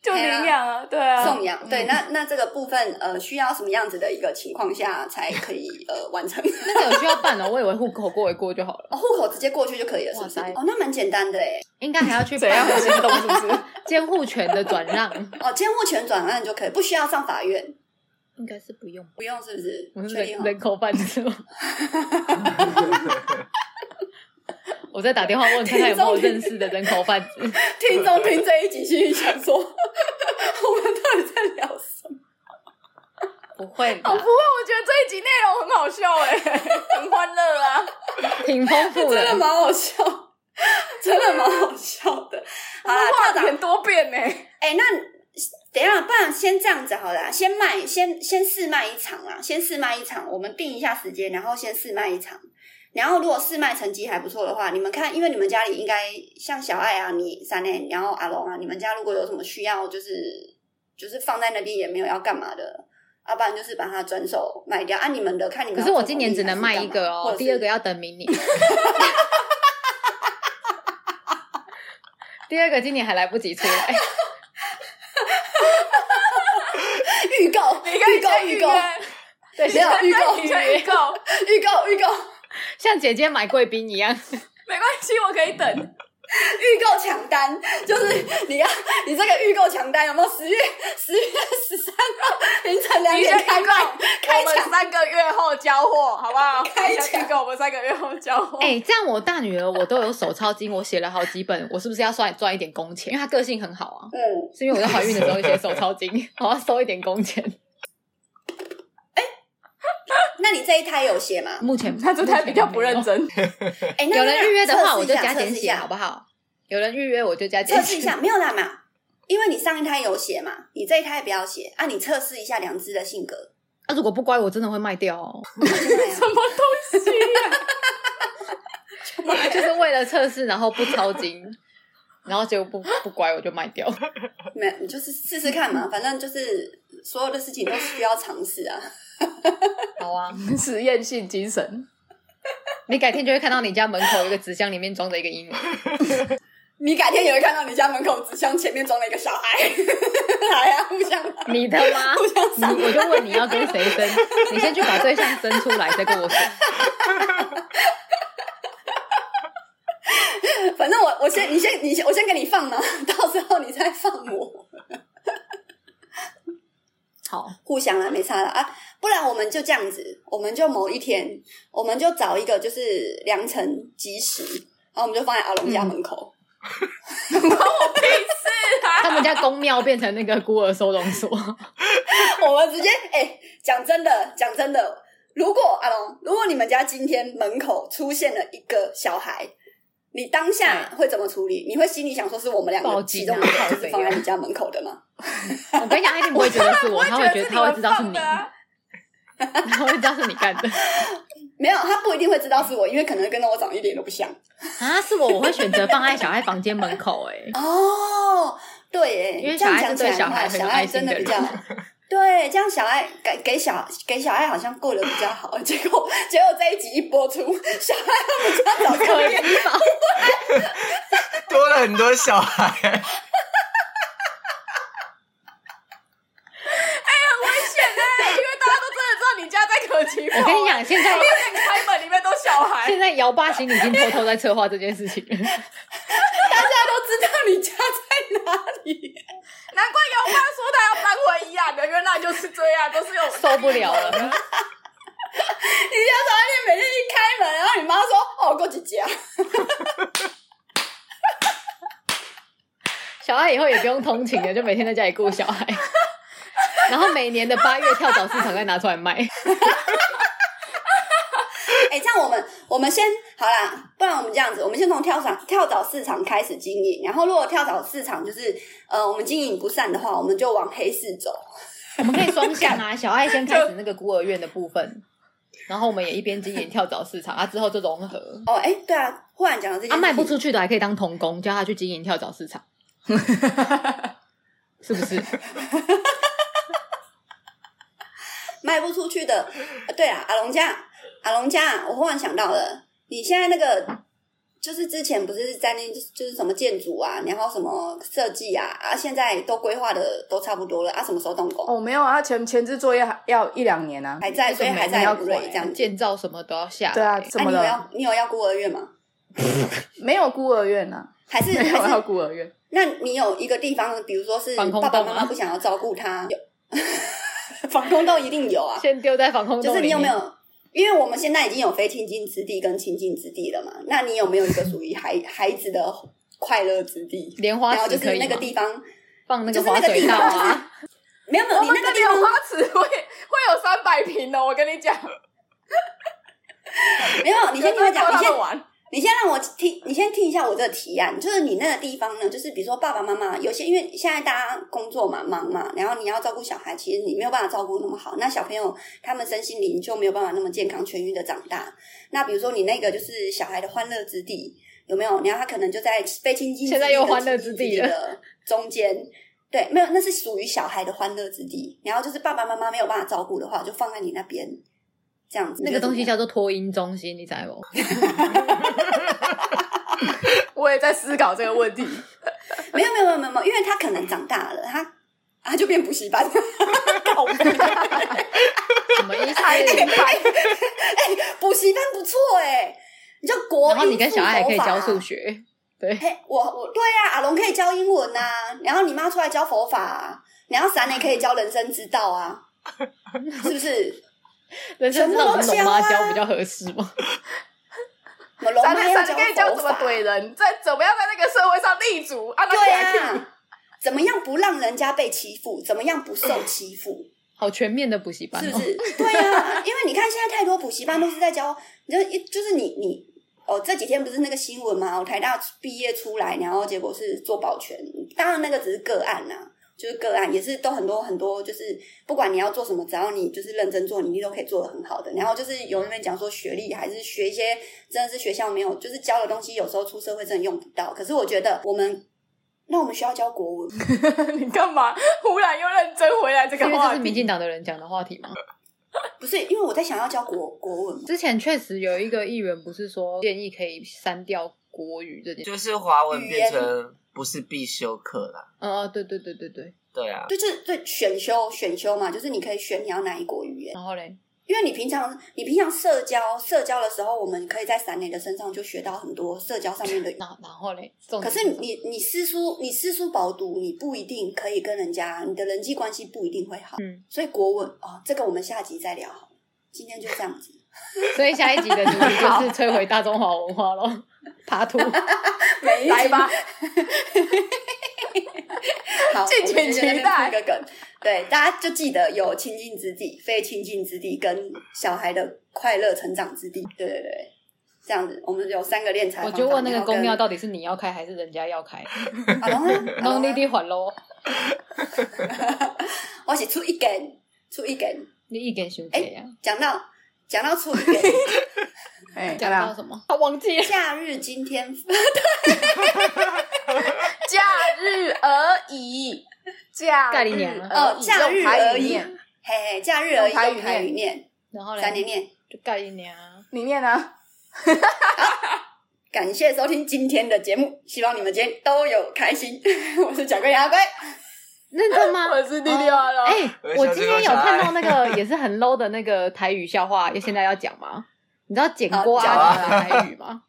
S1: 就领养啊，对啊，
S2: 送养对，那那这个部分呃，需要什么样子的一个情况下才可以呃完成？ (laughs)
S4: 那个有需要办哦，我以为户口过一过就好了，
S2: 哦，户口直接过去就可以了，是不是？
S4: 哇塞
S2: 哦，那蛮简单的哎。
S4: 应该还要去
S1: 怎样
S4: 办
S1: 很心动是不是？
S4: 监护权的转让，
S2: 哦，监护权转让就可以，不需要上法院，
S4: 应该是不用吧。
S2: 不用是不是
S4: 我？是
S2: 确定
S4: 人
S2: 哦。
S4: 人口贩
S2: (laughs)
S4: 子吗？我在打电话问看他有没有认识的人口贩子，
S2: 听众听这一集，心里想
S1: (laughs)
S2: 说，我们到底在聊什么？
S4: 不会啦
S1: 哦，不会，我觉得这一集内容很好笑哎、很欢乐啊。
S4: 挺丰富
S2: (laughs) 真的
S4: 的。
S2: 蛮好笑，真的蛮好笑的。好啦，
S1: 话
S2: 跳
S1: 题
S2: 蚤
S1: 很多变呢、欸
S2: 哎、那等一下，不然先这样子好了啊，先卖，先先试卖一场啦，先试卖一场，我们定一下时间，然后先试卖一场。然后，如果试卖成绩还不错的话，你们看，因为你们家里应该像小爱啊、你三内，然后阿龙啊，你们家如果有什么需要，就是就是放在那边也没有要干嘛的，要、不然就是把它转手卖掉。啊，你们的看你们
S4: 可
S2: 要
S4: 是
S2: 做
S4: 我
S2: 公益还干嘛。
S4: 今年只能卖一个
S2: 或
S4: 哦
S2: 者，是
S4: 第二个要等明年。 (laughs) 第二个今年还来不及出来，
S2: 预告，
S1: 你看
S2: 预告，预告，
S4: 对，
S2: 没有预告
S1: 你先预告，
S2: 预告，预告，
S4: 像姐姐买贵宾一样。
S1: 没关系，我可以等。
S2: 预购抢单，就是你要你这个预购抢单有没有？十月十月十三号凌晨两
S1: 你
S2: 点
S1: 先
S2: 开
S1: 预告，
S2: 卖，开
S1: 我
S2: 抢
S1: 们三个月后交货，好不好？
S2: 开
S1: 你
S2: 抢
S1: 先预告，我们三个月后交货。
S4: 哎、这样我大女儿我都有手抄经，我写了好几本，我是不是要算赚一点工钱？因为她个性很好啊，
S2: 嗯，
S4: 是因为我在怀孕的时候写手抄经，我要收一点工钱。
S2: 那你这一胎有写吗？
S4: 目前
S1: 他这他比较不认。真，
S2: 哎、那
S4: (laughs) 有人预约的话，
S2: 那
S4: 我就加减
S2: 测试一
S4: 写，
S2: 下
S4: 好不好？有人预约我就加减
S2: 测
S4: 写。
S2: 试一下，没有啦嘛，因为你上一胎有写嘛，你这一胎不要写啊，你测试一下两只的性格。
S4: 啊，如果不乖，我真的会卖掉、哦。
S1: 什么东西呀、
S4: 啊就是为了测试，然后不抄经，然后结果不不乖，我就卖掉。
S2: 没有，你就是试试看 (laughs) 嘛，反正就是所有的事情都需要尝试啊。
S4: 好啊，
S1: (laughs) 实验性精神，
S4: 你改天就会看到你家门口一个纸箱里面装着一个婴儿，
S2: (laughs) 你改天也会看到你家门口纸箱前面装了一个小孩， (laughs) 来 (laughs) 啊，互相
S4: (laughs) 你的吗？
S2: 互相
S4: 你我就问你要跟谁生，你先去把对象生出来再跟我说。
S2: 反正我我先你先你先我先给你放呢， (laughs) 到时候你再放我，
S4: 好，
S2: 互相啦，没差了啊。不然我们就这样子，我们就某一天，我们就找一个就是良辰吉时，然后我们就放在阿龙家门
S4: 嗯
S2: 口。
S4: 他们家公庙变成那个孤儿收容所，
S2: 我们直接哎，讲、真的，讲真的，如果阿龙，如果你们家今天门口出现了一个小孩，你当下会怎么处理？你会心里想说是我们两
S4: 嗯报
S2: 个
S4: 警
S2: 其中一
S4: 啊
S2: 个就
S4: 靠
S2: 是
S4: 北啊
S2: 放在你家门口的吗？
S4: 我跟你讲，他一定不会觉得是我，他会觉得他会知道是你，
S1: 啊
S4: 他会知道是你干的
S2: 没有，他不一定会知道是我，因为可能跟我长一点都不像。
S4: 啊！是我，我会选择放在小孩房间门口、欸，
S2: 哦，对耶，
S4: 因为
S2: 这
S4: 小
S2: 样
S4: 孩
S2: 讲起
S4: 是对
S2: 来
S4: 小
S2: 的
S4: 孩
S2: 话，
S4: 很
S2: 小
S4: 有
S2: 爱
S4: 爱心
S2: 真的
S4: 的
S2: 比
S4: 人
S2: 较。
S4: (laughs)
S2: 对，这样小爱给给小给小爱好像过得比较好，结果结果这一集一播出，小爱他们家早
S4: 可
S2: 就
S4: 惜吧？
S3: 多了很多小孩，
S1: (laughs) 对，因为大家都真的知道你家在可奇
S4: 我跟你讲，现在
S1: 开门里面都小孩
S4: 现，在姚爸心里已经偷偷在策划这件事情了。
S2: 大家都知道你家在哪里，
S1: 难怪姚爸说他要搬回宜兰的，原来就是这样，都是有
S4: 受不了了。 (laughs)
S2: 你家早上每天一开门，然后你妈说哦过几家，
S4: 小爱以后也不用通勤了，就每天在家里顾小 (laughs) 孩。然后每年的八月跳蚤市场再拿出来卖，
S2: 哎、这样我们我们先好啦，不然我们这样子，我们先从跳蚤跳蚤市场开始经营，然后如果跳蚤市场就是呃我们经营不善的话，我们就往黑市走。
S4: 我们可以双向 (laughs) 啊。小爱先开始那个孤儿院的部分，然后我们也一边经营跳蚤市场啊，之后就融合。
S2: 哦，哎、对啊，忽然讲到这件
S4: 啊，
S2: 事
S4: 卖不
S2: 情
S4: 出去的还可以当童工，叫他去经营跳蚤市 (laughs) 场，是不是？
S2: 卖不出去的。呃对啊，阿龙家，阿龙家，我忽然想到了，你现在那个就是之前不是在那就是什么建筑啊，然后什么设计啊，啊，现在都规划的都差不多了啊，什么时候动工？
S1: 哦，没有啊，前前置作业还要一两年啊。
S2: 还在，所以还在
S1: 要
S2: 不瑞这样子。
S4: 建造什么都要下来
S1: 对啊，，怎
S2: 啊，
S1: 么
S2: 你有
S1: 了？
S2: 要你有要孤儿院吗？
S1: 没有孤儿院啊，
S2: 还是
S1: 没有
S2: 还
S1: 要
S2: 是？
S1: 孤儿院。
S2: 那你有一个地方，比如说是
S4: 防空
S2: 爸爸
S4: 洞
S2: 妈
S4: 吗
S2: 妈不想要照顾他，有防空洞一定有啊。
S4: 先丢在防空
S2: 就
S4: 洞
S2: 是
S4: 里
S2: 你有
S4: 面
S2: 没有？因为我们现在已经有非亲近之地跟亲近之地了嘛，那你有没有一个属于孩孩子的快乐之地？
S4: 莲花
S2: 然后
S4: 池
S2: 就
S4: 可
S2: 是
S4: 以
S2: 那个
S4: 吗
S2: 地方，
S4: 放那
S2: 就
S4: 个
S2: 是那
S4: 滑
S2: 个地
S4: 水道
S2: 方
S4: 啊。
S2: 没有没有，
S1: 我
S2: 你
S1: 们这
S2: 那个地
S1: 里有
S2: 方
S1: 花池会会有三百平哦，我跟你讲，
S2: 没有，你先听我讲，你
S1: 他
S2: 先
S1: 们玩。
S2: 你先让我听，你先听一下我这个提案，就是你那个地方呢，就是比如说爸爸妈妈有些，因为现在大家工作嘛忙嘛，然后你要照顾小孩，其实你没有办法照顾那么好，那小朋友他们身心灵就没有办法那么健康痊愈的长大。那比如说你那个就是小孩的欢乐之地，有没有？然后他可能就在被亲近之地
S4: 现在又
S2: 跟
S4: 欢乐
S2: 亲近
S4: 之
S2: 之
S4: 地
S2: 地
S4: 了
S2: 的中间。对，没有，那是属于小孩的欢乐之地。然后就是爸爸妈妈没有办法照顾的话，就放在你那边，这样子。
S4: 那个东西
S2: 就
S4: 叫做脱音中心，你知道 (laughs) 不？
S1: 我也在思考这个问题。
S2: 没有没有没有没有没有，因为他可能长大了，他他就变补习
S4: (laughs)
S2: 班，搞不懂
S4: 什么意思？
S2: 哎补习班不错哎、你就国
S4: 然后你
S2: 音
S4: 跟
S2: 素
S4: 小爱也可以
S2: 佛法
S4: 教数学，
S2: 嘿，我我对啊，阿龙可以教英文啊，然后你妈出来教佛法、啊，然后闪也可以教人生之道啊，是不是？
S4: 人生知道我们龙妈
S2: 全部都教
S4: 教
S2: 啊
S4: 比较合适吗？ (laughs)
S2: 我龙
S1: 闪
S2: 妈
S1: 电
S2: 要
S1: 闪电可以教
S2: 佛
S1: 怎
S2: 法
S1: 么怼人，在怎么样在那个社会上立足啊？那
S2: 对
S1: 可以
S2: 啊，怎么样不让人家被欺负？怎么样不受欺负？
S4: 好全面的补习班
S2: 是
S4: 哦
S2: 不，
S4: (laughs)
S2: 是？对呀、因为你看现在太多补习班都是在教，你就一就是你你哦，这几天不是那个新闻嘛？我台大毕业出来，然后结果是做保全，当然那个只是个案啦、就是个案，也是都很多很多，就是不管你要做什么，只要你就是认真做，你一定都可以做得很好的。然后就是有那边讲说学历，还是学一些真的是学校没有，就是教的东西，有时候出社会真的用不到。可是我觉得我们，那我们需要教国文，
S1: (laughs) 你干嘛忽然又认真回来这
S4: 是
S1: 个
S4: 因为
S1: 话题
S4: 这是？民进党的人讲的话题吗？
S2: 不是因为我在想要教国国文嘛。
S4: 之前确实有一个议员不是说建议可以删掉国语这件事，
S3: 就是华文变成不是必修课啦。
S4: 嗯，对对对对对，
S3: 对啊，
S2: 对，就是对选修选修嘛，就是你可以选你要哪一国语言。
S4: 然后嘞，
S2: 因为你平常你平常社交社交的时候，我们可以在闪磊的身上就学到很多社交上面的
S4: 那然后嘞，重
S2: 可
S4: 点
S2: 是
S4: 什么
S2: 你你私书你私书饱读，你不一定可以跟人家，你的人际关系不一定会好。
S4: 嗯，
S2: 所以国文哦，这个我们下集再聊好了。今天就这样子，
S4: 所以下一集的主题就是摧毁大中华文
S2: (laughs)
S4: 化咯。爬图，
S2: 每一
S1: (laughs)
S2: 集
S1: 来吧，
S4: (laughs)
S2: (laughs) 好，
S1: 敬请
S2: 我们就在那边
S1: 期待
S2: 铺一个梗，对，大家就记得有亲近之地、非亲近之地跟小孩的快乐成长之地。对对对，这样子，我们有三个练财
S4: 我
S2: 方法。
S4: 就问那个公庙
S2: 到
S4: 到底是你要开还是人家
S2: (laughs)
S4: 要开？
S2: 啊，然后
S1: (laughs)
S2: 呢
S4: 弄你的还喽，
S2: 我是出一根，出一根。
S4: 你一点休息呀？
S2: 讲到讲到出一根，
S1: 哎，
S4: 讲
S1: 好
S2: 啊
S4: 到
S1: 啦
S4: 什么？他忘记了。
S2: 假日今天
S1: 假日而已，假
S4: 盖
S1: 日
S4: 里娘啊
S1: 而
S2: 哦，
S1: 已
S2: 假日而
S1: 呃用台语
S2: 已，
S1: 念
S2: 嘿嘿，假日而已，
S1: 用台语
S2: 用台语念，
S4: 然后嘞，
S2: 三年念。
S4: 就盖一年啊。
S1: 你念啊，
S2: 感谢收听今天的节目，希望你们今天都有开心。 (laughs) 我是小龟牙龟，
S4: 认真
S2: (laughs)
S4: 吗？
S1: 我是弟弟啊喽。
S4: 哎、
S3: 我
S4: 我
S3: 小
S4: 今
S3: 这
S4: 天
S3: 个
S4: 有
S3: 小
S4: 看
S3: 孩
S4: 到那个 (laughs) 也是很 low 的那个台语笑话，现在要讲吗？你知道剪
S2: 好
S4: 锅
S2: 讲
S4: 阿
S3: 啊
S4: 桃的台语
S2: (laughs)
S4: 吗？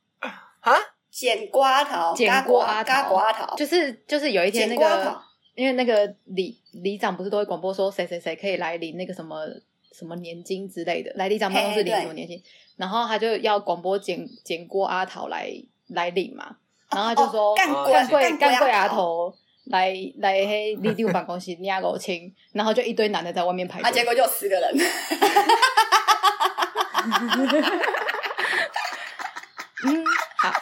S3: 啊，
S2: 剪瓜桃，
S4: 剪
S2: 嘎
S4: 瓜
S2: 瓜
S4: 桃
S2: 嘎瓜桃，
S4: 就是就是有一天那
S2: 剪瓜
S4: 个
S2: 桃，，
S4: 因为那个里里长不是都会广播说谁谁谁可以来领那个什么什么年金之类的，来里长办公室
S2: 嘿
S4: 领
S2: 对
S4: 什么年金，然后他就要广播剪剪锅阿桃来来领嘛，然后他就说、
S2: 哦干
S3: 贵
S4: 干
S2: 贵
S4: 贵干贵阿
S2: 牙，
S4: 头来来黑里长办公室领阿狗亲，然后就一堆男的在外面排队。
S2: 啊，结果就有十个人，
S4: 嗯，好。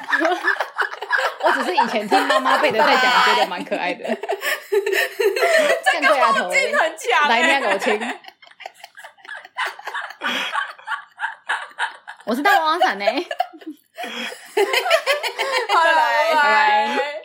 S4: (laughs) 我只是以前听妈妈辈的在讲，觉得蛮可爱的。干对丫头，
S1: 很强
S4: 来
S1: 哎
S4: 念给我听。我是大王欸王伞呢、
S1: 好了，拜
S4: 拜
S1: 拜。